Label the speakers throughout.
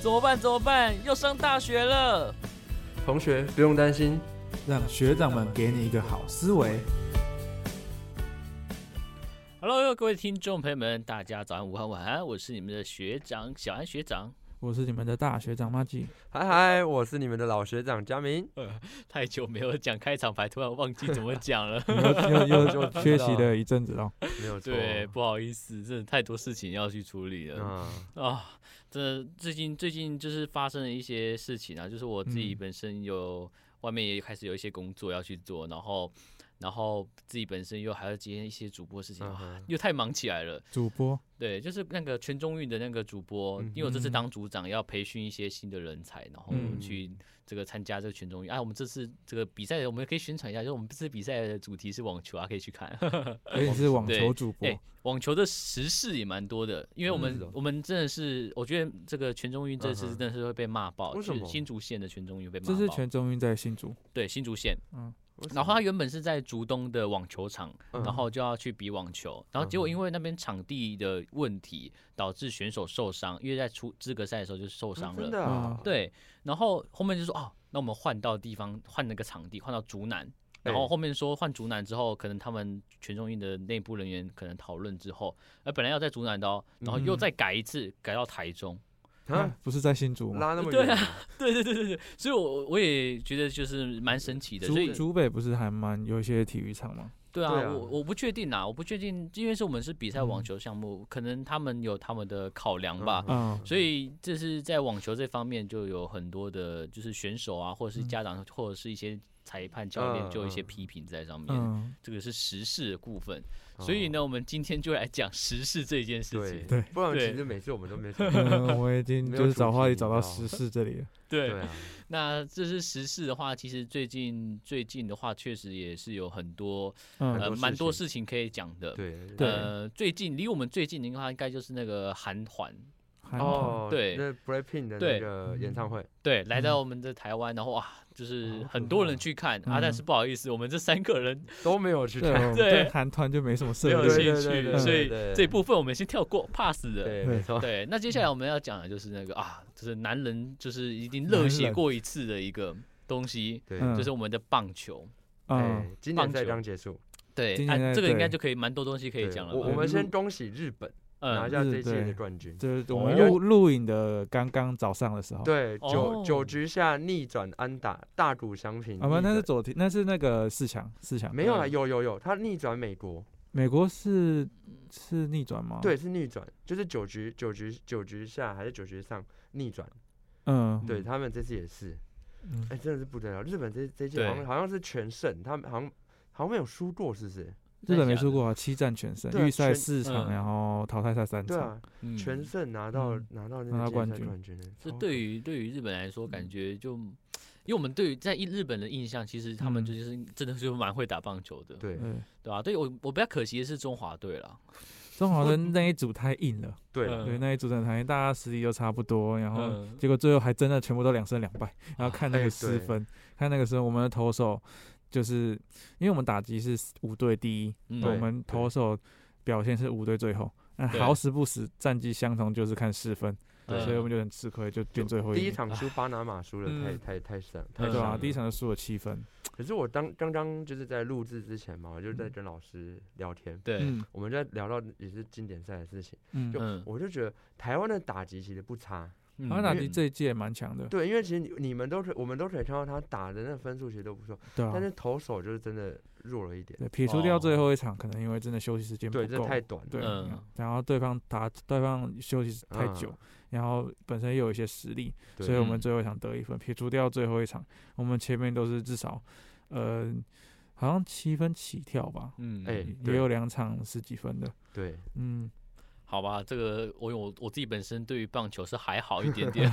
Speaker 1: 怎么办？怎么办？要上大学了！
Speaker 2: 同学不用担心，
Speaker 3: 让学长们给你一个好思维。
Speaker 1: Hello，各位听众朋友们，大家早安、午安、晚安，我是你们的学长小安学长。
Speaker 3: 我是你们的大学长马吉，
Speaker 2: 嗨嗨，我是你们的老学长佳明。
Speaker 1: 呃太久没有讲开场白，突然忘记怎么讲 了。
Speaker 3: 你又又又缺席了一阵子喽。
Speaker 2: 没有错，啊
Speaker 1: 对，不好意思，真的太多事情要去处理了
Speaker 2: 嗯，
Speaker 1: 啊！真的，最近最近就是发生了一些事情啊，就是我自己
Speaker 3: 嗯
Speaker 1: 本身有、外面也开始有一些工作要去做，然后然后自己本身又还要接一些主播的事情，
Speaker 2: 嗯
Speaker 1: 哇
Speaker 2: 哼
Speaker 1: 又太忙起来了。
Speaker 3: 主播，
Speaker 1: 对，就是那个全中运的那个主
Speaker 2: 嗯
Speaker 1: 播，因为我这次当组长要培训一些新的人才，然后
Speaker 3: 嗯
Speaker 1: 去这个参加这个全中运。哎、啊，我们这次这个比赛，我们可以宣传一下，就是我们这次比赛的主题是网球啊，可以去看。
Speaker 3: 而且是网球主播
Speaker 1: 对，网球的时事也蛮多的，因为我们、
Speaker 2: 嗯是哦
Speaker 1: 我们真的是，我觉得这个全中运这次
Speaker 2: 嗯哼
Speaker 1: 真的是会被骂爆，
Speaker 2: 为什么
Speaker 1: 就是新竹县的全中运被骂
Speaker 3: 这
Speaker 1: 爆，
Speaker 3: 是全中运在新竹，
Speaker 1: 对新竹县。
Speaker 2: 为什么
Speaker 1: 然后他原本是在竹东的网球场，
Speaker 2: 嗯
Speaker 1: 然后就要去比网球，然后结果
Speaker 2: 嗯哼
Speaker 1: 因为那边场地的问题，导致选手受伤，因为在出资格赛的时候就受
Speaker 2: 嗯
Speaker 1: 伤
Speaker 2: 真
Speaker 1: 了。
Speaker 2: 的啊
Speaker 3: 嗯，
Speaker 1: 对，然后后面就说哦，那我们换到地方，换那个场地，换到竹南。然后
Speaker 2: 哎
Speaker 1: 后面说换竹南之后，可能他们全中运的内部人员可能讨论之后，呃，本来要在竹南的哦，然后又
Speaker 3: 嗯
Speaker 1: 再改一次，改到台中。
Speaker 2: 啊，
Speaker 3: 不是在新竹吗？
Speaker 2: 拉那么
Speaker 1: 对
Speaker 2: 远
Speaker 1: 啊
Speaker 2: 啊，
Speaker 1: 对对对对对，所以我我也觉得就是蛮神奇的，
Speaker 3: 竹
Speaker 1: 所以
Speaker 3: 竹北不是还蛮有一些体育场吗？
Speaker 1: 对啊，
Speaker 2: 对啊
Speaker 1: 我我不确定啊，我不确定，因为是我们是比赛网
Speaker 3: 嗯
Speaker 1: 球项目，可能他们有他们的考量吧。
Speaker 2: 嗯
Speaker 3: 嗯，
Speaker 1: 所以这是在网球这方面就有很多的，就是选手啊，或者是
Speaker 3: 嗯
Speaker 1: 家长，或者是一些裁判教练，
Speaker 2: 嗯
Speaker 1: 就有一些
Speaker 2: 嗯
Speaker 1: 批评在上面。
Speaker 3: 嗯，
Speaker 1: 这个是时事的部分，所以呢，我们今天就来讲时事这件事
Speaker 2: 哦对
Speaker 1: 情。
Speaker 3: 对
Speaker 2: 不然
Speaker 1: 对
Speaker 2: 其实每次我们都没什么
Speaker 3: 嗯我已经就是找话题找
Speaker 2: 没
Speaker 3: 到
Speaker 2: 有主题
Speaker 3: 时事这里了。
Speaker 1: 对
Speaker 2: 对啊，
Speaker 1: 那这是时事的话，其实最近最近的话，确实也是有很多
Speaker 2: 很
Speaker 3: 嗯
Speaker 2: 多
Speaker 1: 呃蛮
Speaker 2: 事
Speaker 1: 多
Speaker 2: 情
Speaker 1: 事情可以讲的。
Speaker 2: 对
Speaker 3: 对
Speaker 1: 呃，最近离我们最近的话，应该就是那个韩团，
Speaker 3: 韩团，
Speaker 2: 哦，
Speaker 1: 对
Speaker 2: 那 Blackpink 的
Speaker 1: 对
Speaker 2: 那个演唱会，
Speaker 1: 对，来到
Speaker 3: 嗯
Speaker 1: 我们的台湾，然后哇，就是
Speaker 2: 哦
Speaker 1: 很
Speaker 2: 很
Speaker 1: 多人
Speaker 2: 好
Speaker 1: 去看啊，但是
Speaker 3: 嗯
Speaker 1: 不好意思，我们这三个人
Speaker 2: 都没有去
Speaker 3: 对，我
Speaker 2: 看，
Speaker 3: 们
Speaker 1: 对
Speaker 3: 对韩团就没什么涉
Speaker 1: 没有
Speaker 2: 对
Speaker 1: 兴
Speaker 3: 猎。
Speaker 2: 对对
Speaker 1: 趣，
Speaker 2: 对
Speaker 1: 所以
Speaker 2: 对对
Speaker 1: 这一部分我们先跳过 pass 的。
Speaker 2: 对，没错，
Speaker 1: 对，那接下来我们要讲的就是那个啊，就是男人就是已经热
Speaker 3: 男
Speaker 1: 血
Speaker 3: 人
Speaker 1: 过一次的一个东西，
Speaker 2: 对，
Speaker 3: 嗯
Speaker 1: 就是我们的棒球。
Speaker 3: 嗯，
Speaker 2: 哎，今年
Speaker 1: 棒
Speaker 2: 才
Speaker 1: 球
Speaker 2: 刚结束，
Speaker 1: 对
Speaker 3: 今，
Speaker 1: 啊，
Speaker 3: 年
Speaker 1: 这个应该
Speaker 3: 对
Speaker 1: 就可以蛮多东西可以
Speaker 2: 对
Speaker 1: 讲了
Speaker 2: 我我
Speaker 1: 吧。
Speaker 2: 们先
Speaker 3: 录
Speaker 2: 恭喜日本拿
Speaker 1: 嗯，
Speaker 2: 下
Speaker 3: 日
Speaker 2: 这一届
Speaker 3: 对
Speaker 2: 的冠军，
Speaker 3: 就是我们
Speaker 1: 哦
Speaker 3: 录录影的刚刚早上的时候。
Speaker 2: 对，
Speaker 1: 哦
Speaker 2: 九九局下逆转安打，大谷翔平逆
Speaker 3: 啊
Speaker 2: 转。
Speaker 3: 不，那是昨天，那是那个四强，四强。
Speaker 2: 没有啦，
Speaker 1: 嗯
Speaker 2: 有有有，他逆转美国，
Speaker 3: 美国是是逆转吗？
Speaker 2: 对，，是逆转，就是九局九局九局下还是九局上逆转，
Speaker 3: 嗯，
Speaker 2: 对
Speaker 1: 嗯
Speaker 2: 他们这次也是，
Speaker 3: 嗯
Speaker 2: 哎，真的是不得了，日本这这一届好
Speaker 1: 对
Speaker 2: 像好像是全胜，他们好像好像没有输过，是不是？
Speaker 3: 日本没
Speaker 1: 假的
Speaker 3: 输过啊，七战全胜，
Speaker 2: 对啊
Speaker 3: 预赛
Speaker 2: 全
Speaker 3: 四场，
Speaker 1: 嗯
Speaker 3: 然后淘汰赛三
Speaker 2: 对
Speaker 3: 场。
Speaker 2: 啊，
Speaker 1: 嗯
Speaker 2: 全胜拿到
Speaker 3: 嗯
Speaker 2: 拿到
Speaker 3: 拿
Speaker 2: 那
Speaker 3: 到
Speaker 2: 个
Speaker 3: 冠
Speaker 2: 季后赛
Speaker 3: 军
Speaker 2: 冠军，
Speaker 1: 这
Speaker 2: 超
Speaker 1: 对
Speaker 2: 酷
Speaker 1: 于对于日本来说，感
Speaker 3: 哦嗯
Speaker 1: 觉就，因为我们对于在日日本的印象，其实他们
Speaker 3: 嗯
Speaker 1: 就是真的就蛮会打棒球的，
Speaker 2: 对
Speaker 3: 对，
Speaker 1: 对吧、啊对我我比较可惜的是中华队啦，
Speaker 3: 中华的那一组太硬了，
Speaker 2: 对
Speaker 1: 嗯
Speaker 2: 了，
Speaker 3: 对那一组真的太硬，大家实力都差不多，然后
Speaker 1: 嗯
Speaker 3: 结果最后还真的全部都两胜两败，然后看那
Speaker 2: 哎
Speaker 3: 个失
Speaker 2: 对
Speaker 3: 分，看那个时候我们的投手就是因为我们打击是五队第一，
Speaker 1: 嗯
Speaker 3: 我
Speaker 2: 对
Speaker 3: 们投手表现是五队最后，那
Speaker 1: 对
Speaker 3: 好死不死战绩相同就是看失分，
Speaker 2: 对
Speaker 3: 所以我们就很吃亏，就变最后
Speaker 2: 第
Speaker 3: 一
Speaker 2: 一
Speaker 3: 名。啊
Speaker 2: 场输巴拿马输了，太
Speaker 3: 嗯
Speaker 2: 太太伤太
Speaker 1: 嗯
Speaker 2: 伤
Speaker 3: 对啊，
Speaker 2: 了
Speaker 3: 第一场就输了七分。
Speaker 2: 可是我当刚刚就是在录制之前嘛，我就在跟老师聊天，
Speaker 1: 对，
Speaker 3: 嗯
Speaker 2: 我们在聊到也是经典赛的事情，
Speaker 3: 嗯
Speaker 2: 就，
Speaker 1: 嗯
Speaker 2: 我就觉得台湾的打击其实不 差，
Speaker 1: 嗯
Speaker 3: 台湾打
Speaker 1: 因
Speaker 3: 击
Speaker 1: 为
Speaker 3: 这一届蛮强的，
Speaker 2: 对，因为其实你你们都可以，我们都可以看到他打的那分数其实都不错，
Speaker 1: 嗯
Speaker 3: 对啊
Speaker 2: 但，是投手就是真的弱了一点，
Speaker 3: 对，撇除掉最后一场，可能因为真的休息时间不
Speaker 2: 对，真的
Speaker 3: 够，
Speaker 2: 太短了，
Speaker 3: 对
Speaker 1: 嗯，
Speaker 3: 然后对方打对方休息太久，然后本身又有一些实力，
Speaker 2: 对
Speaker 3: 所以我们
Speaker 1: 嗯
Speaker 3: 最后一场得一分，撇除掉最后一场，我们前面都是至少，呃，好像七分起跳吧，
Speaker 1: 嗯，哎、
Speaker 2: 哎
Speaker 3: 也
Speaker 2: 对
Speaker 3: 有两场十几分的，
Speaker 2: 对，
Speaker 3: 嗯，
Speaker 1: 好吧，这个我有我我自己本身对于棒球是还好一点 点，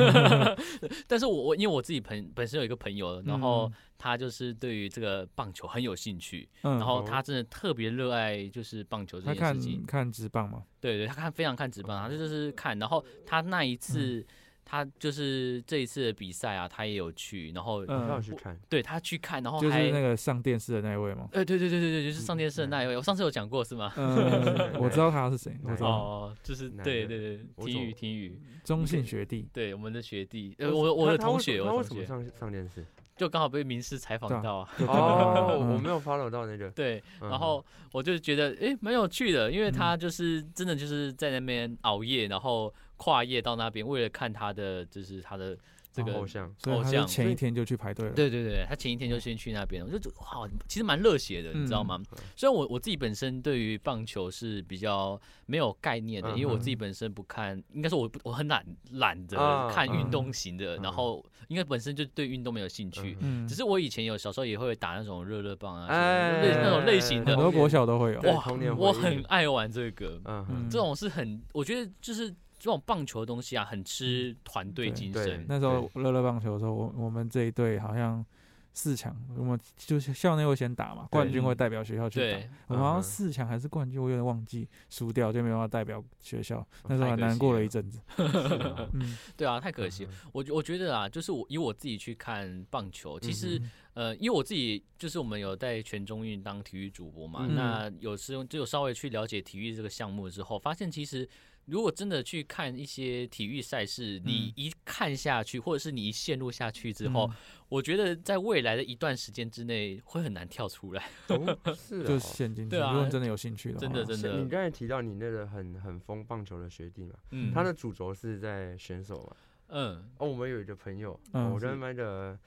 Speaker 1: 但是我我因为我自己朋本身有一个朋
Speaker 3: 嗯
Speaker 1: 友，然后他就是对于这个棒球很有兴趣，
Speaker 3: 嗯，
Speaker 1: 然后
Speaker 2: 哦
Speaker 1: 他真的特别热爱就是棒球这
Speaker 3: 他
Speaker 1: 件
Speaker 3: 看
Speaker 1: 事情，
Speaker 3: 看直棒嘛，
Speaker 2: 哦嗯
Speaker 1: 对对，他看非常看直棒，他就是看，然后他那一次他就是这一次的比赛啊，他也有去，然后、
Speaker 3: 嗯
Speaker 2: 我要去看，
Speaker 1: 对他去看，然后
Speaker 3: 就
Speaker 1: 哦还
Speaker 3: 是那个上电视的那一位 嘛。
Speaker 1: 呃，对对对对对，就是上
Speaker 2: 嗯
Speaker 1: 电视的那一位，我上次有讲过是吗？
Speaker 3: 嗯，我知道他是谁，我知道
Speaker 1: 哦，就是
Speaker 2: 哪
Speaker 1: 对
Speaker 2: 个
Speaker 1: 对对，
Speaker 2: 我
Speaker 1: 体
Speaker 2: 怎
Speaker 1: 育
Speaker 2: 么
Speaker 1: 体育，
Speaker 3: 他中信学弟，
Speaker 1: 对我们的学弟，呃，
Speaker 2: 我
Speaker 1: 我我的
Speaker 2: 哦他他为
Speaker 1: 同
Speaker 2: 什么
Speaker 1: 学，
Speaker 2: 他
Speaker 1: 我
Speaker 2: 为
Speaker 1: 的
Speaker 2: 什
Speaker 1: 同
Speaker 2: 么
Speaker 1: 学
Speaker 2: 上 上电视？
Speaker 1: 就刚好被民事采
Speaker 3: 对啊
Speaker 1: 访到啊，
Speaker 3: 就看到他
Speaker 2: 哦，我
Speaker 3: 嗯
Speaker 2: 没有 follow 到那个，
Speaker 1: 对，
Speaker 2: 嗯
Speaker 1: 然后我就觉得诶蛮有趣的，因为他就是真的就是在那边熬夜，然后跨夜到那边，为了看他的就是他的这
Speaker 3: 哦
Speaker 1: 个
Speaker 2: 偶像，
Speaker 3: 所以他
Speaker 1: 偶
Speaker 3: 是
Speaker 1: 像
Speaker 3: 前一天就去排队了。
Speaker 1: 对对对，他前一天就先去那边，我就觉得哇，其实蛮热血
Speaker 2: 嗯
Speaker 1: 的，你知道吗？虽然我我自己本身对于棒球是比较没有概念的，
Speaker 2: 嗯
Speaker 1: 因为我自己本身不看，应该说我不我很懒懒得
Speaker 2: 啊
Speaker 1: 看运
Speaker 3: 嗯
Speaker 1: 动型的，然
Speaker 2: 嗯
Speaker 1: 后应该本身就对运动没有兴趣。
Speaker 3: 嗯，
Speaker 1: 只是我以前有小时候也会打那种热热棒啊，
Speaker 2: 哎
Speaker 1: 类那种类型
Speaker 3: 很
Speaker 1: 的，
Speaker 3: 多国小都会有。
Speaker 2: 对
Speaker 1: 哇
Speaker 2: 童年
Speaker 1: 我
Speaker 2: 回忆
Speaker 1: 很爱玩这个。
Speaker 2: 嗯
Speaker 3: 嗯
Speaker 2: 嗯，
Speaker 1: 这种是很，我觉得就是这种棒球的东西啊，很吃团队
Speaker 3: 对
Speaker 1: 精
Speaker 2: 嗯对
Speaker 1: 神。
Speaker 3: 那时候乐乐棒球的时候，我我们这一队好像四强，我们就是校内会先打嘛，冠军会代表学校去打。
Speaker 1: 对，
Speaker 3: 我们
Speaker 2: 嗯
Speaker 3: 好像
Speaker 2: 哼
Speaker 3: 四强还是冠军，我有点忘记，输掉就没办法代表学校，那时
Speaker 1: 哦
Speaker 3: 候
Speaker 1: 太
Speaker 3: 还
Speaker 1: 可
Speaker 3: 难
Speaker 1: 惜
Speaker 3: 过了
Speaker 1: 了
Speaker 3: 一阵子。
Speaker 2: 是啊
Speaker 3: 嗯，
Speaker 1: 对 啊，太可惜了。我觉我觉得啊，就是我以我自己去看棒球，其实、
Speaker 2: 嗯
Speaker 3: 嗯
Speaker 1: 呃，因为我自己就是我们有在全中运当体育主播嘛，
Speaker 3: 嗯
Speaker 1: 那有时候就有稍微去了解体育这个项目之后，发现其实如果真的去看一些体育赛事，你
Speaker 3: 嗯
Speaker 1: 一看下去，或者是你一陷入下去之
Speaker 2: 嗯
Speaker 1: 后，我觉得在未来的一段时间之内会很难跳出 来。
Speaker 2: 哦 是
Speaker 3: 嗯
Speaker 2: 啊
Speaker 3: 就陷进去。
Speaker 1: 对啊
Speaker 3: 如果你真的有兴趣的话，
Speaker 1: 真的真
Speaker 2: 是
Speaker 1: 的
Speaker 2: 你刚才提到你那个很很疯棒球的学弟嘛，
Speaker 1: 嗯，
Speaker 2: 他的主轴是在选手嘛。
Speaker 1: 嗯，
Speaker 2: 哦，我们有一个朋友，
Speaker 3: 嗯
Speaker 2: 哦我
Speaker 1: 是
Speaker 2: 跟那个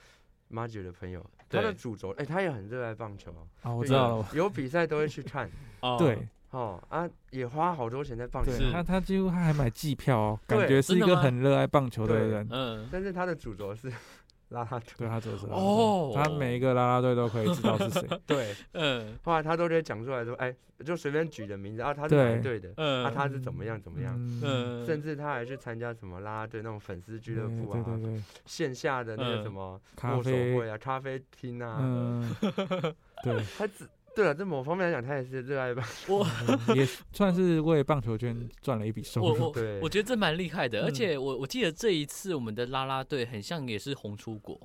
Speaker 2: m a g i 的朋友，他
Speaker 1: 对
Speaker 2: 的主轴，哎，他也很热爱棒球啊，
Speaker 3: 啊，我
Speaker 2: 对
Speaker 3: 知道了。我
Speaker 2: 有比赛都会去看，
Speaker 1: 哦
Speaker 3: 对
Speaker 2: 哦啊，也花好多钱在棒球，
Speaker 1: 是
Speaker 3: 对，他他几乎他还买季票哦，感
Speaker 2: 对
Speaker 3: 觉是
Speaker 1: 真
Speaker 3: 一
Speaker 1: 的
Speaker 3: 个
Speaker 1: 吗
Speaker 3: 很热爱棒球的人。
Speaker 1: 嗯，
Speaker 2: 但是他的主轴是 拉拉队，
Speaker 3: 对他就是啦
Speaker 1: 哦
Speaker 3: 他每一个啦啦队都可以知道是谁。
Speaker 2: 对，
Speaker 1: 嗯
Speaker 2: 后来他都可以讲出来说，哎，就随便举的名字啊，他是哪
Speaker 3: 对
Speaker 2: 一队的，
Speaker 1: 嗯，
Speaker 2: 啊，他是怎么样怎么样，
Speaker 3: 嗯，
Speaker 1: 嗯，
Speaker 2: 甚至他还去参加什么啦啦队那种粉丝俱乐部
Speaker 3: 对对
Speaker 2: 啊，
Speaker 3: 对，
Speaker 2: 线下的那
Speaker 1: 嗯
Speaker 2: 个什么
Speaker 3: 咖
Speaker 2: 握手
Speaker 3: 啡
Speaker 2: 会啊、咖啡厅啊，
Speaker 3: 嗯，对，
Speaker 2: 他只对啊了，这某方面来讲，他也是热爱棒，
Speaker 3: 嗯也算是为棒球圈赚了一笔收
Speaker 1: 我
Speaker 3: 入。
Speaker 1: 我
Speaker 2: 对
Speaker 1: 我，觉得这蛮厉害的，而
Speaker 3: 嗯
Speaker 1: 且我我记得这一次我们的啦啦队很像也是红出国，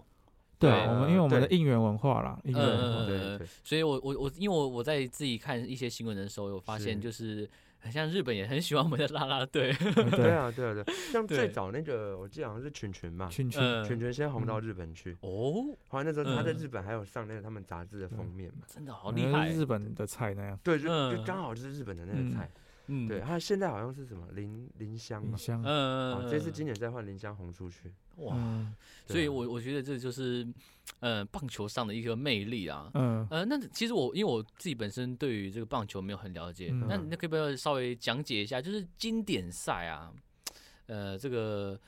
Speaker 3: 对啊
Speaker 1: 对
Speaker 3: 我们，因为我们的
Speaker 2: 对
Speaker 3: 应援文化啦，应援文
Speaker 1: 嗯
Speaker 3: 化，
Speaker 2: 对
Speaker 1: 嗯
Speaker 2: 对，
Speaker 1: 所以我我我因为我我在自己看一些新闻的时候，有发现
Speaker 2: 是
Speaker 1: 就是很像日本也很喜欢我们的啦啦 队，
Speaker 3: 嗯
Speaker 2: 对
Speaker 3: 对，
Speaker 2: 啊对啊对啊，像
Speaker 1: 对
Speaker 2: 最早那个我记得好像是群群嘛，
Speaker 3: 群群，
Speaker 2: 群
Speaker 1: 嗯，
Speaker 2: 群先红到
Speaker 3: 嗯
Speaker 2: 日本去，
Speaker 1: 哦，
Speaker 2: 后来那时候他在
Speaker 1: 嗯
Speaker 2: 日本还有上那个他们杂志的
Speaker 3: 对
Speaker 2: 封面嘛，
Speaker 1: 真的好
Speaker 3: 好
Speaker 1: 厉害，啊
Speaker 3: 日本的菜那样，
Speaker 2: 对，就就
Speaker 1: 嗯
Speaker 2: 刚好就是日本的那
Speaker 3: 嗯
Speaker 2: 个菜，
Speaker 1: 嗯，
Speaker 2: 对，
Speaker 1: 嗯，
Speaker 2: 啊他现在好像是什么林林香
Speaker 3: 很
Speaker 2: 嘛，
Speaker 3: 香。
Speaker 1: 嗯
Speaker 2: 啊
Speaker 1: 嗯，，
Speaker 2: 这次今
Speaker 1: 年
Speaker 2: 年再换林香红出去，
Speaker 1: 哇，
Speaker 3: 嗯
Speaker 1: 所以
Speaker 2: 对啊
Speaker 1: 我我觉得这就是呃棒球上的一个魅力啊，
Speaker 3: 嗯，
Speaker 1: 呃，那其实我因为我自己本身对于这个棒球没有很了解，
Speaker 3: 嗯
Speaker 1: 那你可不可以稍微讲解一下，就是经典赛啊，呃，这个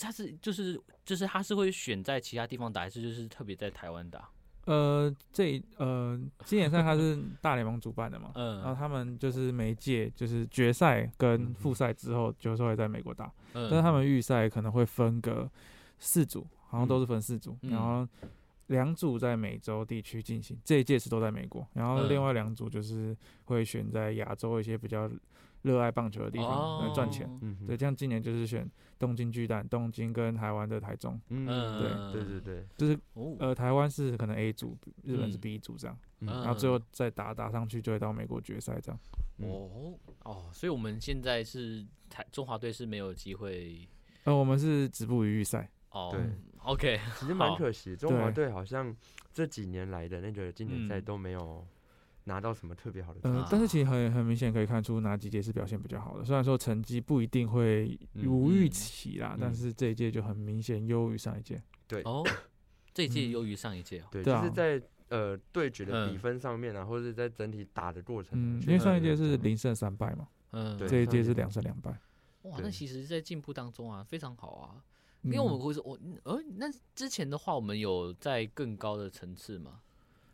Speaker 1: 它是就是就是它是会选在其他地方打，还是就是特别在台湾打？
Speaker 3: 呃，这呃，今年赛它是大联盟主办的嘛，然后
Speaker 1: 嗯
Speaker 3: 他们就是每一届就是决赛跟
Speaker 2: 嗯
Speaker 3: 复赛之后，就是会在美国打，
Speaker 1: 嗯，
Speaker 3: 但是他们预赛可能会分个四组，好像都是分四组，
Speaker 1: 嗯
Speaker 3: 然后两组在美洲地区进行，这一届是都在美国，然后
Speaker 1: 嗯
Speaker 3: 另外两组就是会选在亚洲一些比较热爱棒球的地方来赚钱。
Speaker 1: 哦
Speaker 2: 嗯哼
Speaker 3: 对，像今年就是选东京巨蛋，东京跟台湾的台中，
Speaker 1: 嗯
Speaker 2: 嗯对对对对，
Speaker 3: 就是
Speaker 1: 哦，
Speaker 3: 呃台湾是可能 A 组，日本是
Speaker 1: 嗯
Speaker 3: B 组这样，
Speaker 1: 嗯
Speaker 3: 然后最后再打打上去就会到美国决赛这样。
Speaker 2: 嗯
Speaker 1: 哦哦，所以我们现在是台中华队是没有机会
Speaker 3: 呃，我们是止步于预赛，
Speaker 1: 哦
Speaker 2: 对。
Speaker 1: OK，
Speaker 2: 其实蛮
Speaker 1: 好
Speaker 2: 可惜，中华
Speaker 3: 对
Speaker 2: 队好像这几年来的那个经典赛
Speaker 1: 嗯
Speaker 2: 都没有拿到什么特别好的成绩，
Speaker 3: 嗯，但是其实很很明显可以看出哪几届是表现比较好的，虽然说成绩不一定会如预期啦，
Speaker 2: 嗯
Speaker 3: 但
Speaker 2: 嗯
Speaker 3: 是这一届就很明显优于上一届。
Speaker 2: 对
Speaker 1: 哦，这一届
Speaker 3: 嗯
Speaker 1: 优于上一届哦。
Speaker 2: 对，
Speaker 3: 对
Speaker 2: 就是
Speaker 3: 啊
Speaker 2: 在呃对决的
Speaker 1: 嗯
Speaker 2: 比分上面啊，或者是在整体打的过程
Speaker 3: 嗯
Speaker 2: 啊，，
Speaker 3: 因为上一
Speaker 2: 确
Speaker 3: 届
Speaker 2: 实有
Speaker 3: 是
Speaker 2: 这样
Speaker 3: 零胜三败嘛，
Speaker 1: 嗯，
Speaker 2: 对
Speaker 3: 这一
Speaker 2: 上一
Speaker 3: 届是
Speaker 2: 届
Speaker 3: 两胜两败。
Speaker 1: 哇，那
Speaker 2: 对
Speaker 1: 其实，在进步当中啊，非常好啊。
Speaker 3: 嗯
Speaker 1: 因为我们会说，我呃，那之前的话，我们有在更高的层次吗？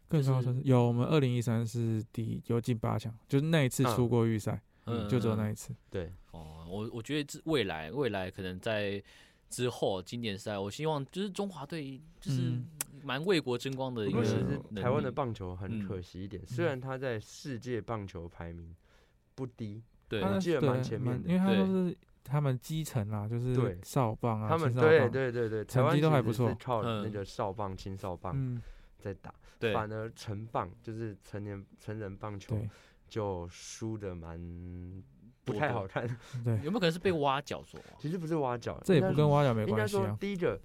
Speaker 3: 更
Speaker 1: 就
Speaker 3: 高
Speaker 1: 是
Speaker 3: 层次有我们二零一三是第有进八强，就是那一次
Speaker 2: 嗯
Speaker 3: 出过预赛，
Speaker 1: 嗯，
Speaker 3: 就只有那一次。
Speaker 2: 对，
Speaker 1: 哦，我我觉得这未来未来可能在之后经典赛，我希望就是中华队就是
Speaker 3: 嗯
Speaker 1: 蛮为国争光的一个
Speaker 2: 不过其
Speaker 3: 是
Speaker 2: 实
Speaker 1: 能
Speaker 2: 呃台湾的
Speaker 1: 力
Speaker 2: 棒球
Speaker 1: 嗯
Speaker 2: 很可惜一点，虽
Speaker 3: 嗯
Speaker 2: 然他在世界棒球排名不低，
Speaker 1: 对
Speaker 3: 他
Speaker 2: 我
Speaker 3: 那
Speaker 2: 记得蛮
Speaker 3: 对
Speaker 2: 前面的
Speaker 3: 因为他
Speaker 1: 对
Speaker 3: 都是他们基层啊，就是
Speaker 2: 对
Speaker 3: 少棒啊，
Speaker 2: 他们
Speaker 3: 青少棒
Speaker 2: 对对对对，台
Speaker 3: 成
Speaker 2: 湾
Speaker 3: 绩都
Speaker 2: 其
Speaker 3: 还不
Speaker 2: 实是
Speaker 3: 错
Speaker 2: 靠那
Speaker 1: 嗯
Speaker 2: 个少棒、青少棒
Speaker 3: 嗯，
Speaker 2: 在打，
Speaker 1: 对，
Speaker 2: 反而成棒就是成年成人棒球
Speaker 3: 对
Speaker 2: 就输的蛮不
Speaker 1: 多
Speaker 2: 太
Speaker 1: 的
Speaker 2: 好看。
Speaker 3: 对，
Speaker 1: 有没有可能是被挖角所啊？
Speaker 2: 其实不是挖角，
Speaker 3: 这也
Speaker 2: 应该
Speaker 3: 不跟挖角没
Speaker 2: 应该
Speaker 3: 关系
Speaker 2: 说
Speaker 3: 啊，
Speaker 2: 第一个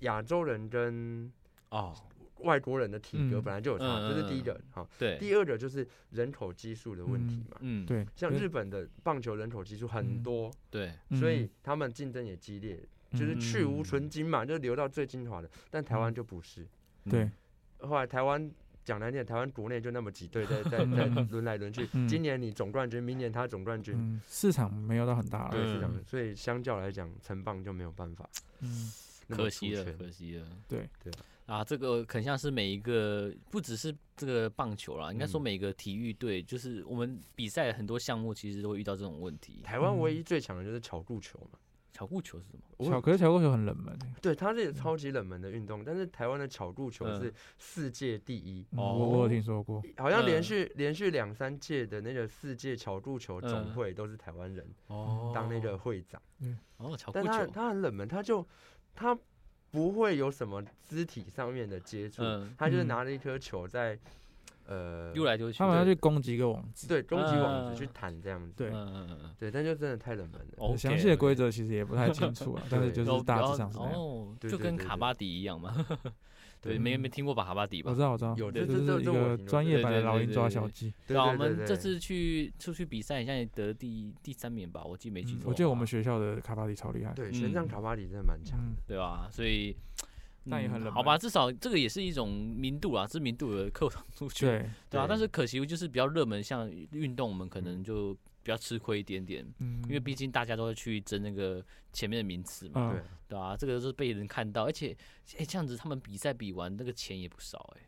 Speaker 2: 亚洲人跟
Speaker 1: 哦，
Speaker 2: 外国人的体格
Speaker 3: 嗯
Speaker 2: 本来就有差，这是第一
Speaker 1: 嗯嗯嗯
Speaker 2: 个哈。
Speaker 1: 对，
Speaker 2: 第二个就是人口基数的问题嘛。
Speaker 1: 嗯，
Speaker 3: 对，
Speaker 2: 像
Speaker 3: 跟
Speaker 2: 日本的棒球人口基数很
Speaker 3: 嗯
Speaker 2: 多，
Speaker 1: 对，
Speaker 2: 所以他们竞争也激烈，就是去无存精嘛，就留到最精华的。但台湾
Speaker 3: 嗯
Speaker 2: 就不是，
Speaker 3: 嗯对，
Speaker 2: 后来台湾讲难听点，台湾国内就那么几 队在在在
Speaker 3: 嗯
Speaker 2: 轮来轮去
Speaker 3: 嗯，
Speaker 2: 今年你总冠军，明年他总冠军，
Speaker 3: 嗯，市场没有到很大
Speaker 2: 对
Speaker 3: 了，
Speaker 2: 是这样
Speaker 1: 嗯
Speaker 2: 的。所以相较来讲，城棒就没有办法
Speaker 3: 嗯，
Speaker 2: 那
Speaker 1: 可
Speaker 2: 么
Speaker 1: 惜
Speaker 2: 出
Speaker 1: 了，
Speaker 2: 圈
Speaker 1: 可惜了。
Speaker 3: 对
Speaker 2: 对
Speaker 1: 啊，这个很像是每一个，不只是这个棒球啦，应该说
Speaker 2: 嗯
Speaker 1: 每个体育队，就是我们比赛很多项目其实都会遇到这种问题。
Speaker 2: 台湾唯
Speaker 3: 嗯
Speaker 2: 一最强的就是巧固球嘛，
Speaker 1: 巧固球是什么？
Speaker 2: 我
Speaker 3: 巧克力巧克力球很冷门欸，
Speaker 2: 对，它是超级冷门的运动，但是台湾的巧固球是世界第一，
Speaker 3: 嗯我我有
Speaker 1: 哦
Speaker 3: 听说过，
Speaker 2: 好像连
Speaker 1: 嗯
Speaker 2: 续连续两三届的那个世界巧固球总
Speaker 1: 嗯
Speaker 2: 会都是台湾人
Speaker 1: 哦
Speaker 2: 当那个会长，
Speaker 1: 哦，巧固
Speaker 2: 但它
Speaker 1: 球，
Speaker 2: 它很冷门，它就它不会有什么肢体上面的接触，
Speaker 1: 嗯，
Speaker 2: 他就是
Speaker 3: 嗯
Speaker 2: 拿着一颗球在呃
Speaker 1: 丢来丢去
Speaker 3: 他们要
Speaker 1: 的，
Speaker 3: 去攻击一个网子，
Speaker 2: 对攻击网子去
Speaker 1: 嗯哦
Speaker 2: 弹这样子，
Speaker 3: 对
Speaker 1: 嗯嗯嗯嗯
Speaker 2: 对，但就真的太冷门了。
Speaker 1: ，OK，
Speaker 3: 详细的
Speaker 1: OK
Speaker 3: 规则其实也不太清 楚啊，但是
Speaker 2: 对
Speaker 3: 就
Speaker 1: 都
Speaker 3: 是
Speaker 1: 比
Speaker 3: 大
Speaker 1: 较
Speaker 3: 致上是那样。
Speaker 1: 哦，
Speaker 2: 对
Speaker 1: 就
Speaker 2: 对
Speaker 1: 跟
Speaker 2: 对
Speaker 1: 卡
Speaker 2: 对嗯
Speaker 1: 巴迪一样 嘛。对，没没听过吧卡巴迪吧
Speaker 3: 我？知道，我知道，
Speaker 2: 有
Speaker 3: 就
Speaker 2: 这
Speaker 3: 是
Speaker 2: 这这
Speaker 3: 一
Speaker 2: 这我
Speaker 3: 个
Speaker 2: 听说
Speaker 3: 专业
Speaker 1: 对
Speaker 3: 版的
Speaker 1: 对
Speaker 3: 老
Speaker 1: 对
Speaker 3: 鹰
Speaker 1: 对
Speaker 3: 抓
Speaker 1: 对
Speaker 3: 小鸡。
Speaker 2: 对
Speaker 1: 啊，我
Speaker 2: 对对
Speaker 1: 们这
Speaker 2: 对
Speaker 1: 次去出去比赛，好像也得第第三名吧，我记没记
Speaker 3: 嗯
Speaker 1: 错的话。啊
Speaker 3: 我记得我们学校的卡巴迪超厉害。，
Speaker 2: 对玄奘
Speaker 1: 嗯
Speaker 2: 卡巴里真的蛮强
Speaker 3: 嗯
Speaker 2: 的，，
Speaker 1: 对吧？所以，嗯
Speaker 3: 但也很冷
Speaker 1: 好
Speaker 3: 门
Speaker 1: 吧，至少这个也是一种名度啊，知名度的扣上出去，
Speaker 3: 对，
Speaker 1: 对啊。
Speaker 2: 对
Speaker 1: 但是可惜就是比较热门，像运动，我们可能就比较吃亏一点点，
Speaker 3: 嗯，
Speaker 1: 因为毕竟大家都会去争那个前面的名次嘛，
Speaker 3: 嗯
Speaker 2: 对，
Speaker 1: 对啊，这个就是被人看到，而且哎、这样子他们比赛比完那个钱也不少哎、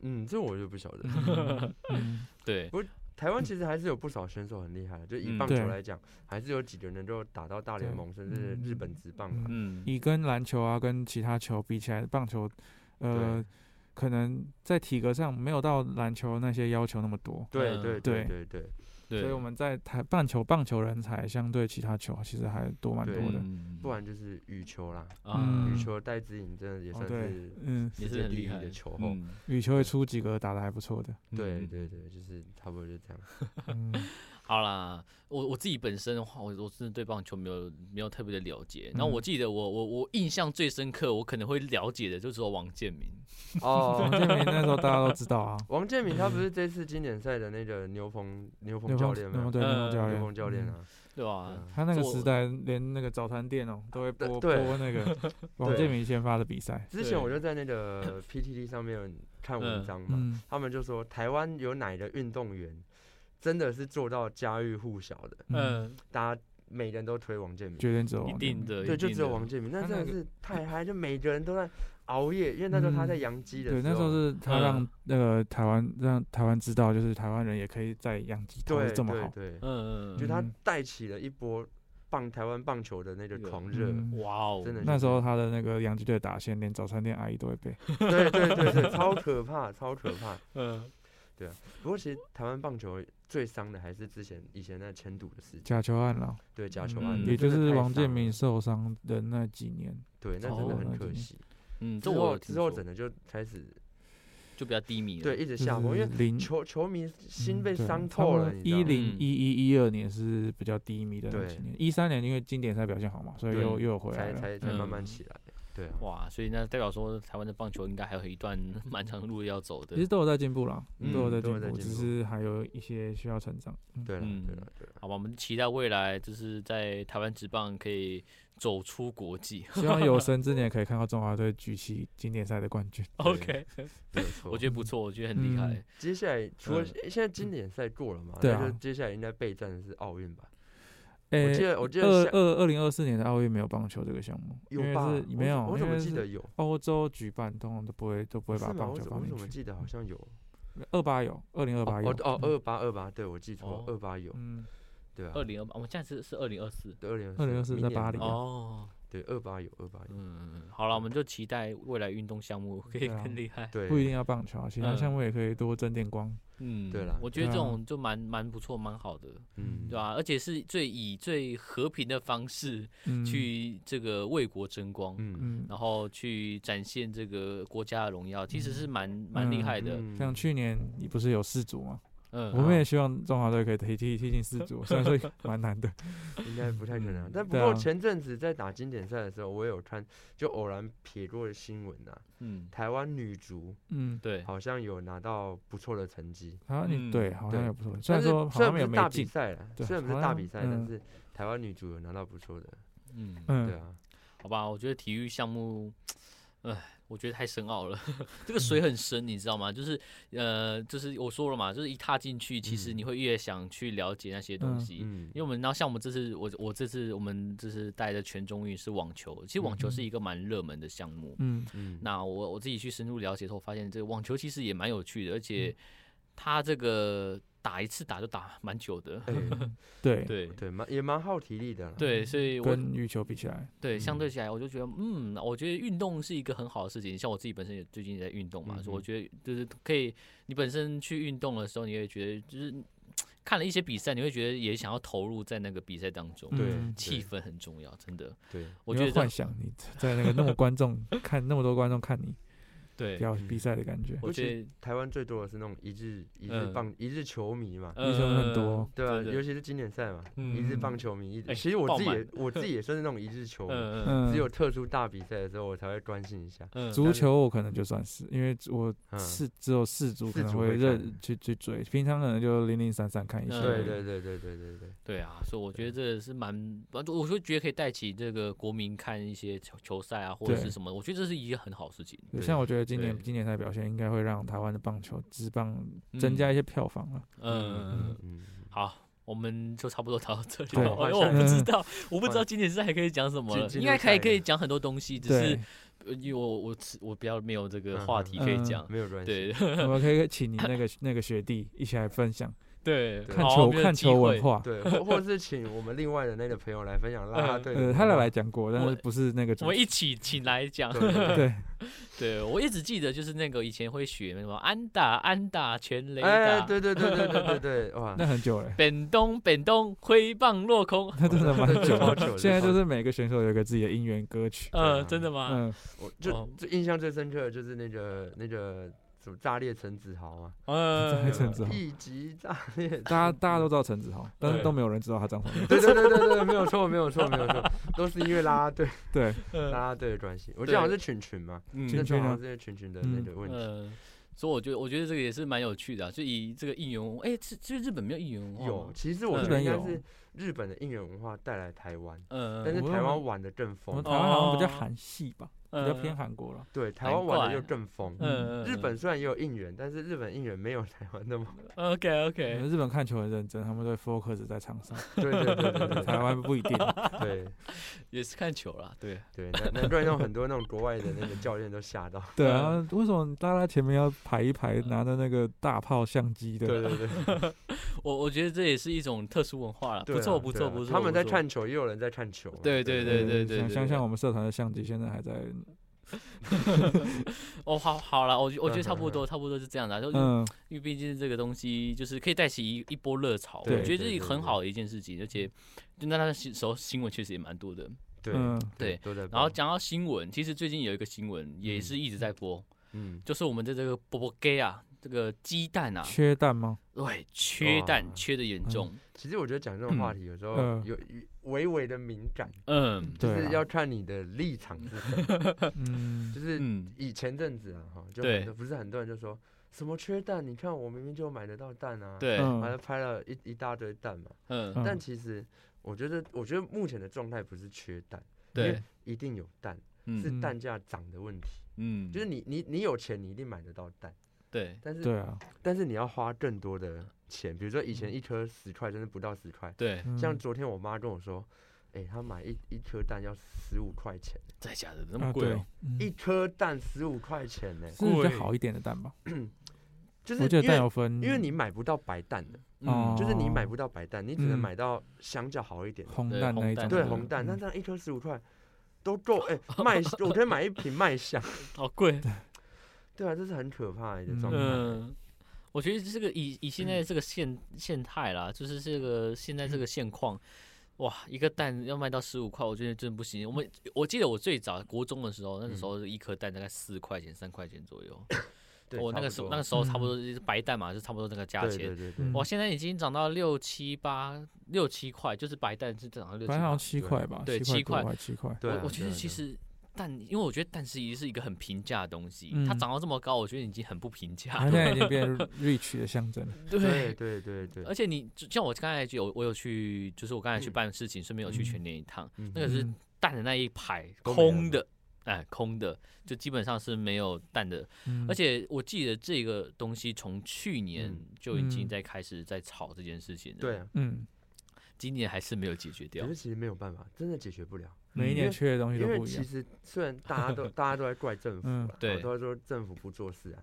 Speaker 2: 嗯，这我就不晓 得。
Speaker 3: 嗯嗯
Speaker 1: 对，
Speaker 2: 台湾其实还是有不少选手很厉害的，就以
Speaker 1: 嗯
Speaker 2: 棒球
Speaker 3: 对
Speaker 2: 来讲，还是有几个能够打到大联
Speaker 3: 对
Speaker 2: 盟，甚至日本职棒啊嘛。
Speaker 1: 嗯，
Speaker 3: 你跟篮球啊，跟其他球比起来，棒球，呃，可能在体格上没有到篮球那些要求那么多，
Speaker 2: 对
Speaker 1: 嗯
Speaker 2: 对
Speaker 3: 对
Speaker 2: 对对对，
Speaker 1: 对，
Speaker 3: 所以我们在台棒球棒球人才相对其他球其实还多蛮
Speaker 2: 对
Speaker 3: 多的。
Speaker 1: 嗯
Speaker 2: 不然就是羽球啦，
Speaker 1: 啊
Speaker 3: 嗯
Speaker 2: 羽球戴资颖真的也
Speaker 3: 哦
Speaker 2: 算
Speaker 3: 对
Speaker 2: 是
Speaker 3: 嗯，
Speaker 1: 也
Speaker 2: 世
Speaker 1: 是
Speaker 2: 界
Speaker 1: 很
Speaker 2: 第
Speaker 1: 厉
Speaker 2: 一
Speaker 1: 害
Speaker 2: 的球后。
Speaker 1: 嗯，
Speaker 3: 羽球也出几个打的还不错 的。
Speaker 2: 对
Speaker 1: 嗯
Speaker 2: 对对，就是差不多就这样。
Speaker 3: 嗯，
Speaker 1: 好啦，我我自己本身的话，我我真的对棒球没有没有特别的了解。然后我
Speaker 3: 嗯
Speaker 1: 记得我我我印象最深刻，我可能会了解的就是说王建民。
Speaker 3: 王
Speaker 2: 哦，
Speaker 3: 建民那时候大家都知道 啊，
Speaker 2: 王建民他不是这次经典赛的那个牛棚牛棚
Speaker 3: 刘
Speaker 2: 教
Speaker 3: 峰
Speaker 2: 练
Speaker 3: 刘
Speaker 2: 吗
Speaker 3: 峰？对刘峰
Speaker 1: 呃
Speaker 3: 教
Speaker 2: 牛
Speaker 3: 练，
Speaker 2: 棚教练
Speaker 3: 嗯
Speaker 2: 啊，
Speaker 1: 对
Speaker 2: 对
Speaker 1: 吧？
Speaker 2: 啊
Speaker 3: 他那个
Speaker 1: 做
Speaker 3: 时代连那个早餐店哦、都会
Speaker 2: 对
Speaker 3: 播播
Speaker 2: 对
Speaker 3: 那个王
Speaker 2: 对
Speaker 3: 建民先发的比赛。
Speaker 2: 之
Speaker 1: 对
Speaker 2: 前我就在那个 PTT 上面看文
Speaker 1: 嗯
Speaker 2: 章嘛，
Speaker 3: 嗯
Speaker 2: 他们就说台湾有哪个运动员真的是做到家喻户晓的，
Speaker 3: 嗯，
Speaker 1: 嗯，
Speaker 2: 大家每个人都推王建民，
Speaker 3: 绝对只有
Speaker 1: 一
Speaker 3: 王建
Speaker 1: 定
Speaker 3: 民。
Speaker 1: 的，
Speaker 2: 对，
Speaker 1: 一
Speaker 2: 就
Speaker 1: 定
Speaker 2: 只有
Speaker 1: 的
Speaker 2: 王建民，那
Speaker 3: 他
Speaker 2: 真
Speaker 3: 那
Speaker 2: 的
Speaker 3: 个
Speaker 2: 是太嗨，就每个人都在熬夜，因为那时候他在
Speaker 3: 嗯
Speaker 2: 洋基的
Speaker 3: 对，那时候
Speaker 2: 候
Speaker 3: 是他让那个台湾让台湾知道，就是台湾人也可以在养鸡投
Speaker 2: 对
Speaker 3: 的这么好。
Speaker 2: 对对，
Speaker 1: 嗯，嗯
Speaker 2: 就他
Speaker 3: 嗯
Speaker 2: 带起了一波棒台湾棒球的那个
Speaker 1: 热
Speaker 2: 狂热，
Speaker 1: 嗯
Speaker 3: 嗯，
Speaker 1: 哇哦，
Speaker 2: 真的
Speaker 3: 那时候他的那个洋基队打线，连早餐店阿姨都会背。
Speaker 2: 对对对对，超可怕，超可怕。
Speaker 1: 嗯，
Speaker 2: 不过其实台湾棒球最伤的还是之前以前那迁赌的事情，
Speaker 3: 贾球案哦啦，
Speaker 2: 对假球案，
Speaker 1: 嗯
Speaker 2: 那
Speaker 3: 也就
Speaker 2: 真的
Speaker 3: 是
Speaker 2: 太
Speaker 3: 王
Speaker 2: 伤
Speaker 3: 建
Speaker 2: 了
Speaker 3: 民，受伤的那几年，
Speaker 2: 对，那真
Speaker 1: 哦
Speaker 2: 的很
Speaker 3: 那
Speaker 2: 可
Speaker 3: 真的
Speaker 2: 惜。
Speaker 1: 嗯，
Speaker 2: 之
Speaker 1: 这我有
Speaker 2: 后
Speaker 1: 听
Speaker 2: 之后
Speaker 1: 说
Speaker 2: 整个就开始
Speaker 1: 就比较低迷了，
Speaker 2: 对一直
Speaker 3: 就是
Speaker 2: 下坡，因为
Speaker 3: 零
Speaker 2: 球球迷心
Speaker 3: 嗯
Speaker 2: 被
Speaker 3: 对
Speaker 2: 伤
Speaker 3: 差
Speaker 2: 透
Speaker 3: 不多
Speaker 2: 了，你知道
Speaker 3: 一
Speaker 2: 吗
Speaker 3: 零
Speaker 1: 嗯
Speaker 3: 一一一二年是比较低迷的那
Speaker 2: 对
Speaker 3: 几年，一三年因为经典赛表现好嘛，所以
Speaker 2: 对
Speaker 3: 又又有回来
Speaker 2: 才才
Speaker 3: 了。
Speaker 2: 才慢慢
Speaker 1: 嗯
Speaker 2: 起来。对啊，
Speaker 1: 哇，所以那代表说台湾的棒球应该还有一段 漫长的路要走的
Speaker 3: 其。实都有在进步啦，
Speaker 2: 嗯
Speaker 3: 都有在
Speaker 2: 都有
Speaker 3: 进
Speaker 2: 在
Speaker 3: 步，
Speaker 2: 进
Speaker 3: 只
Speaker 2: 步
Speaker 3: 是还有一些需要 成长。嗯
Speaker 2: 对了
Speaker 1: 嗯
Speaker 2: 对了对啊了，
Speaker 1: 好吧，我们期待未来就是在台湾职棒可以走出国际。
Speaker 3: 希望有生之年可以看到中华队举起经典赛的冠军。
Speaker 1: OK，
Speaker 2: 没有错
Speaker 1: 我觉得不错，我觉得很厉害
Speaker 3: 嗯。
Speaker 2: 接下来除了
Speaker 1: 嗯
Speaker 2: 现在经典赛过了嘛，
Speaker 3: 对
Speaker 2: 那就
Speaker 3: 啊
Speaker 2: 接下来应该备战的是奥运吧？ 我记
Speaker 3: 诶，
Speaker 2: 得我记得
Speaker 3: 二
Speaker 2: 下
Speaker 3: 二二零二四年的奥运没有棒球这个项目，因
Speaker 2: 有
Speaker 3: 为
Speaker 2: 吧？
Speaker 3: 是
Speaker 2: 我
Speaker 3: 没有，
Speaker 2: 我怎
Speaker 3: 因
Speaker 2: 么
Speaker 3: 为
Speaker 2: 记
Speaker 3: 是
Speaker 2: 得有？
Speaker 3: 欧洲举办通常都不会都不会把
Speaker 2: 哦是吗？
Speaker 3: 棒
Speaker 2: 我
Speaker 3: 球
Speaker 2: 怎
Speaker 3: 放
Speaker 2: 我
Speaker 3: 进
Speaker 2: 怎么
Speaker 3: 去。
Speaker 2: 记得好像有？
Speaker 3: 二八有，二零二八有。
Speaker 2: 哦哦，
Speaker 3: 嗯
Speaker 2: 二八二八，对我记错
Speaker 1: 哦，
Speaker 2: 二八有，
Speaker 3: 嗯，
Speaker 2: 对啊
Speaker 1: 二，零二，我们现在是是二零二四。
Speaker 2: 对二零
Speaker 3: 2024在巴黎
Speaker 1: 哦，
Speaker 2: 对，二八有二八有，
Speaker 1: 嗯，好了，我们就期待未来运动项目可以
Speaker 3: 对啊
Speaker 1: 更厉 害。
Speaker 2: 对，
Speaker 3: 不一定要棒球啊，其他
Speaker 1: 嗯
Speaker 3: 项目也可以多争点光。
Speaker 1: 嗯，
Speaker 2: 对啦
Speaker 1: 我觉得这
Speaker 3: 对啊
Speaker 1: 种就蛮蛮不错，蛮好的，
Speaker 2: 嗯，
Speaker 1: 对
Speaker 3: 啊
Speaker 1: 吧、而且是最以最和平的方式
Speaker 3: 嗯，
Speaker 1: 去这个为国争光，
Speaker 2: 嗯，
Speaker 3: 嗯，
Speaker 1: 然后去展现这个国家的荣耀，其实是蛮蛮厉害的。
Speaker 2: 嗯
Speaker 3: 啊像去年你不是有四组吗？
Speaker 1: 嗯，
Speaker 3: 我们也希望中华队可以踢踢踢进四组，虽然 说蛮难的。
Speaker 2: 应该不太可能啊、
Speaker 1: 嗯
Speaker 2: 但不
Speaker 3: 对
Speaker 2: 过
Speaker 3: 啊
Speaker 2: 前阵子在打经典赛的时候，我有看，就偶然瞥过新闻啊，
Speaker 1: 嗯，
Speaker 2: 台湾女足
Speaker 3: 嗯，
Speaker 1: 对，
Speaker 2: 好像有拿到不错的成绩，
Speaker 3: 好像
Speaker 1: 嗯
Speaker 3: 你对，好像
Speaker 2: 对
Speaker 3: 也不错。虽
Speaker 2: 但
Speaker 3: 然
Speaker 2: 是
Speaker 3: 说好
Speaker 2: 虽然
Speaker 3: 像
Speaker 2: 不
Speaker 3: 也
Speaker 2: 是
Speaker 3: 没
Speaker 2: 大比
Speaker 3: 进，
Speaker 2: 赛啦，
Speaker 3: 对
Speaker 2: 虽然不是
Speaker 3: 好
Speaker 2: 大
Speaker 3: 像
Speaker 2: 比赛，但
Speaker 3: 嗯
Speaker 2: 是台湾女足有拿到不错的，
Speaker 1: 嗯，
Speaker 2: 对
Speaker 3: 嗯，
Speaker 2: 啊，
Speaker 1: 好吧，我觉得体育项目，哎，我觉得太深奥了， 这个水很深，你知道吗？就是呃，就是我说了嘛，就是一踏进去，其实
Speaker 2: 嗯
Speaker 1: 你会越想去了解那些东
Speaker 3: 嗯
Speaker 1: 西。
Speaker 2: 嗯
Speaker 1: 因为我们，然后像我们这次，我我这次我们这次带的全中运是网球，其实网球是一个蛮热门的项目。
Speaker 3: 嗯，
Speaker 2: 嗯，
Speaker 1: 那我我自己去深入了解之后，发现这个网球其实也蛮有趣的，而且它这个打一次打就打蛮久的，
Speaker 2: 哎、
Speaker 3: 对，
Speaker 1: 对
Speaker 2: 对，蛮也蛮耗体力的啦，
Speaker 1: 对，所以我
Speaker 3: 跟羽球比起来，
Speaker 1: 对相
Speaker 2: 嗯
Speaker 1: 对起来，我就觉得嗯，我觉得运动是一个很好的事情。像我自己本身也最近也在运动嘛，所以我
Speaker 2: 嗯哼
Speaker 1: 觉得就是可以，你本身去运动的时候，你也觉得就是看了一些比赛，你会觉得也想要投入在那个比赛当中。
Speaker 2: 对
Speaker 3: 嗯
Speaker 1: 气氛很重要，真的，
Speaker 2: 对，
Speaker 1: 我
Speaker 3: 你
Speaker 1: 觉
Speaker 3: 会
Speaker 1: 得
Speaker 3: 幻
Speaker 1: 这
Speaker 3: 想你在那个那么观众看那么多观众看你
Speaker 1: 对，
Speaker 3: 表
Speaker 2: 嗯
Speaker 3: 比赛的感觉，
Speaker 1: 我
Speaker 2: 尤其
Speaker 1: 觉得
Speaker 2: 台湾最多的是那种一日一日
Speaker 1: 嗯
Speaker 2: 棒、一日球迷嘛，
Speaker 3: 英雄很多，
Speaker 2: 对啊，
Speaker 1: 呃真的
Speaker 2: 尤其是经典赛嘛，一日
Speaker 1: 嗯
Speaker 2: 棒球迷，一日
Speaker 1: 哎
Speaker 2: 其实我
Speaker 1: 爆
Speaker 2: 自己也
Speaker 1: 满
Speaker 2: 我自己也算是那种一日球迷，
Speaker 1: 嗯嗯
Speaker 3: 嗯，
Speaker 2: 只有特殊大比赛的时候我才会关心一下。
Speaker 1: 嗯，
Speaker 3: 足球我可能就算是，因为我
Speaker 2: 嗯，
Speaker 3: 是只有四组
Speaker 2: 四
Speaker 3: 可能
Speaker 2: 组会
Speaker 3: 会认
Speaker 2: 看
Speaker 3: 去去追，平常可能就零零散散看一
Speaker 1: 嗯
Speaker 3: 下。
Speaker 2: 对对对对对对对，
Speaker 1: 对啊，所以我觉得这是蛮，我我就觉得可以带起这个国民看一些球球赛啊，或者是
Speaker 3: 对
Speaker 1: 什么，我觉得这是一件很好的事情。
Speaker 3: 对像我觉得今年
Speaker 1: 对
Speaker 3: 今年赛表现应该会让台湾的棒球之棒增加一些票房了。
Speaker 1: 嗯嗯，嗯，
Speaker 2: 嗯，
Speaker 1: 好，我们就差不多聊到这里
Speaker 3: 对
Speaker 1: 了。
Speaker 2: 换
Speaker 1: 因为我
Speaker 3: 下一
Speaker 1: 不
Speaker 3: 个
Speaker 1: 知道，我不知道今年赛还可以讲什么了，
Speaker 2: 进进
Speaker 1: 应
Speaker 2: 入
Speaker 1: 该可以
Speaker 2: 下一个
Speaker 1: 可以讲很多东西，只是
Speaker 3: 对，
Speaker 1: 呃因为我我此我比较没有这个
Speaker 2: 嗯
Speaker 1: 话题可以
Speaker 3: 嗯
Speaker 1: 讲。
Speaker 2: 没有关系。
Speaker 1: 对
Speaker 3: 我们可以请你那个那个学弟一起来分享
Speaker 1: 对，
Speaker 2: 看
Speaker 3: 看
Speaker 1: 好
Speaker 3: 球
Speaker 1: 我们有
Speaker 3: 看
Speaker 1: 机
Speaker 3: 球
Speaker 1: 会
Speaker 3: 文化。
Speaker 2: 对，或或是请我们另外的那个朋友来分享啦啦
Speaker 1: 嗯
Speaker 2: 队的文
Speaker 3: 呃，
Speaker 2: 化。
Speaker 3: 他有来讲过，但
Speaker 1: 我
Speaker 3: 是不是那个
Speaker 1: 我
Speaker 3: 主
Speaker 1: 们一起请来讲。
Speaker 2: 对，对，
Speaker 3: 对，
Speaker 1: 对，我一直记得就是那个以前会学什么安打、安打、全垒
Speaker 2: 对
Speaker 1: 打，
Speaker 2: 哎，对对对对对对对，哇，
Speaker 3: 那很 久了，
Speaker 1: 本东本东挥棒落空。
Speaker 3: 那真的蛮久
Speaker 2: 超久的
Speaker 3: 了。现在
Speaker 2: 超
Speaker 3: 就是每个选手有一个自己的应援 歌曲。
Speaker 1: 呃，
Speaker 2: 啊
Speaker 1: 真的吗？
Speaker 3: 嗯，
Speaker 2: 我
Speaker 1: 哦
Speaker 2: 就就印象最深刻的就是那个那个什么炸裂陈子豪嘛，
Speaker 1: 呃
Speaker 3: 还，陈子豪，
Speaker 2: 一级 炸裂，
Speaker 3: 大家大家都知道陈子豪，但是
Speaker 1: 对
Speaker 3: 都没有人知道他长什么样。
Speaker 2: 对对对对对，没有错没有错没有 错，都是因为啦啦队
Speaker 3: 对，
Speaker 2: 啦
Speaker 1: 呃
Speaker 2: 啦队的关系。我
Speaker 1: 对
Speaker 2: 记得好像是群群嘛，
Speaker 1: 嗯
Speaker 2: 那
Speaker 3: 群
Speaker 2: 时候
Speaker 3: 群
Speaker 2: 好
Speaker 3: 啊
Speaker 2: 像是群群的那
Speaker 3: 嗯
Speaker 2: 个问题。
Speaker 1: 呃，所以我觉得我觉得这个也是蛮有趣的、啊，就以这个应援文，哎、这这日本没有应援文化
Speaker 2: 有
Speaker 1: 吗，？
Speaker 2: 其实我
Speaker 1: 嗯
Speaker 2: 觉得应
Speaker 3: 日
Speaker 2: 该
Speaker 3: 本有
Speaker 2: 是日本的应援文化带来台湾，
Speaker 1: 呃，
Speaker 2: 但是
Speaker 3: 我
Speaker 2: 台
Speaker 3: 认为
Speaker 2: 湾玩的更
Speaker 3: 我
Speaker 2: 疯
Speaker 3: 们台，湾好像比较
Speaker 1: 哦
Speaker 3: 韩系吧，比
Speaker 1: 呃
Speaker 3: 较偏，韩国了。
Speaker 2: 对，台
Speaker 1: 难
Speaker 2: 湾玩
Speaker 1: 怪
Speaker 2: 的就更疯。
Speaker 1: 呃，
Speaker 2: 日本虽然也有应援，但是日本应援没有 台湾那么
Speaker 1: OK
Speaker 3: 可
Speaker 2: 嗯
Speaker 1: OK，
Speaker 3: 能日本看球很认真，他们对 focus 在场上，
Speaker 2: 对对对对对
Speaker 3: 台湾不一定。
Speaker 2: 对
Speaker 1: 也是看球啦，对，
Speaker 2: 对，难难怪让很多那种国外的那个教练都 吓到。
Speaker 3: 对啊，嗯为什么拉拉前面要排一排，拿着那个大炮相机的？
Speaker 2: 对对 对，啊
Speaker 1: 我我觉得这也是一种特殊文化了，
Speaker 2: 对
Speaker 1: 不错
Speaker 2: 啊
Speaker 1: 不
Speaker 2: 对
Speaker 1: 错
Speaker 2: 啊
Speaker 1: 不错，
Speaker 2: 他们
Speaker 1: 不
Speaker 2: 在
Speaker 1: 错，
Speaker 2: 看球，也有人在看球嘛。啊
Speaker 1: 对对对对对
Speaker 3: 想
Speaker 1: 对
Speaker 3: 想想我们社团的相机现在还在，
Speaker 1: 哦好好了，我觉我觉得差不
Speaker 2: 嗯
Speaker 1: 多差不多是这样的啊，就
Speaker 3: 嗯，
Speaker 1: 因为毕竟这个东西就是可以带起一一波热潮，我
Speaker 2: 对
Speaker 1: 觉得这
Speaker 2: 对
Speaker 1: 是
Speaker 2: 对
Speaker 1: 很
Speaker 2: 对
Speaker 1: 好的一件事情，而且就那那时候新闻确实也蛮多的。
Speaker 2: 对
Speaker 3: 嗯
Speaker 1: 对
Speaker 2: 都在报。
Speaker 1: 然后讲到新闻，其实最近有一个新闻也是一直在播，
Speaker 2: 嗯，
Speaker 1: 就是我们的这个波波 gay 啊，这个鸡蛋啊，
Speaker 3: 缺蛋 吗？
Speaker 1: 对，缺蛋
Speaker 2: 哇
Speaker 1: 缺的严重，
Speaker 2: 其实我觉得讲这种话题有时候
Speaker 3: 嗯
Speaker 2: 有微微的敏感，
Speaker 1: 嗯
Speaker 2: 就
Speaker 3: 对
Speaker 2: 是
Speaker 3: 啊
Speaker 2: 要看你的立场是什么。
Speaker 3: 嗯
Speaker 2: 就，是
Speaker 1: 嗯，
Speaker 2: 以前阵子啊，哈，就
Speaker 1: 对
Speaker 2: 很多不是很多人就说什么缺蛋，你看我明明就买得到蛋啊，，
Speaker 1: 对，
Speaker 3: 嗯
Speaker 2: 完了拍了一一大堆蛋嘛。
Speaker 1: 嗯，
Speaker 3: 嗯
Speaker 2: 但其实我觉得，我觉得目前的状态不是缺蛋，因
Speaker 1: 对
Speaker 2: 为，一定有蛋，
Speaker 1: 嗯
Speaker 2: 是
Speaker 3: 嗯
Speaker 2: 蛋价涨的问题。
Speaker 1: 嗯，
Speaker 2: 就是你你你有钱，你一定买得到蛋，
Speaker 1: 对
Speaker 2: 但是哎
Speaker 3: 对啊，
Speaker 2: 但是你要花更多的钱，比如说以前一颗十块，甚至不到十块。
Speaker 1: 对，
Speaker 3: 嗯
Speaker 2: 像昨天我妈跟我说，哎、她买一一颗蛋要十五块钱，
Speaker 1: 在家的那
Speaker 3: 啊
Speaker 1: 么贵
Speaker 3: 对
Speaker 1: 哦，，
Speaker 3: 嗯
Speaker 2: 一颗蛋十五块钱呢、
Speaker 3: 是比较
Speaker 1: 贵
Speaker 3: 好一点的蛋吧？
Speaker 2: 就是
Speaker 3: 我觉
Speaker 2: 因
Speaker 3: 得
Speaker 2: 为
Speaker 3: 蛋有分，
Speaker 2: 因为你买不到白蛋的，
Speaker 1: 嗯
Speaker 3: 哦
Speaker 2: 就是你买不到白蛋，你只能
Speaker 3: 嗯
Speaker 2: 买到相较好一点的，
Speaker 3: 红
Speaker 1: 对
Speaker 3: 蛋
Speaker 1: 红
Speaker 3: 那一
Speaker 1: 蛋
Speaker 3: 种，
Speaker 2: 对
Speaker 1: 嗯
Speaker 2: 红蛋。那
Speaker 3: 嗯
Speaker 2: 这样一颗十五块，都够哎、麦，我可以买一瓶麦香。
Speaker 1: 好贵。
Speaker 2: 对啊，这是很可怕的
Speaker 3: 嗯
Speaker 2: 状态。
Speaker 1: 嗯，我觉得这个以以现在这个现现态啦，就是这个现在这个现况，哇，一个蛋要卖到十五块，我觉得真不行。我们我记得我最早国中的时候，那时候一颗蛋大概四块钱、三块钱左右，
Speaker 2: 对，
Speaker 1: 我那个时候那个时候差不多就是白蛋嘛，就差不多那个价
Speaker 2: 对
Speaker 1: 钱
Speaker 2: 对。对对，
Speaker 3: 嗯
Speaker 1: 哇，现在已经涨到六七八、六七块，就是白蛋是涨到六七
Speaker 3: 反正
Speaker 1: 八
Speaker 3: 好像。七
Speaker 2: 对
Speaker 3: 块吧，
Speaker 1: 对
Speaker 3: 七
Speaker 1: 七块
Speaker 3: 块多块七块。
Speaker 2: 对啊，
Speaker 1: 我我觉
Speaker 2: 对
Speaker 1: 得
Speaker 2: 啊
Speaker 1: 其
Speaker 2: 对啊
Speaker 1: 实蛋，因为我觉得蛋是一是一个很平价的东西，它
Speaker 3: 嗯啊
Speaker 1: 涨到这么高，我觉得已经很不平价
Speaker 3: 它现
Speaker 1: 了。
Speaker 3: 在已经变 rich 的 象征了。
Speaker 2: 对啊对对对，
Speaker 1: 而且你就像我刚才就有我有去，就是我刚才去
Speaker 2: 嗯
Speaker 1: 办事情，顺便有去
Speaker 3: 嗯
Speaker 1: 全年一趟，
Speaker 2: 嗯
Speaker 1: 那个是
Speaker 3: 嗯
Speaker 1: 蛋的那一排
Speaker 2: 都没了
Speaker 1: 空的，哎，空的，就基本上是没有蛋的。
Speaker 3: 嗯
Speaker 1: 而且我记得这个东西从去年
Speaker 2: 嗯
Speaker 1: 就已经
Speaker 3: 嗯
Speaker 1: 在开始在炒这件事情了，
Speaker 2: 对，啊，
Speaker 3: 嗯，
Speaker 1: 今年还是没有解决掉
Speaker 2: 可是。其实没有办法，真的解决不了。
Speaker 3: 每一
Speaker 2: 因
Speaker 3: 年
Speaker 2: 为
Speaker 3: 缺的东西
Speaker 2: 因
Speaker 3: 都
Speaker 2: 为
Speaker 3: 不一
Speaker 2: 其
Speaker 3: 样。
Speaker 2: 实虽然大家 都大家都在怪政府
Speaker 3: 嗯
Speaker 2: 啊，
Speaker 1: 对
Speaker 2: 哦都在说政府不做事啊，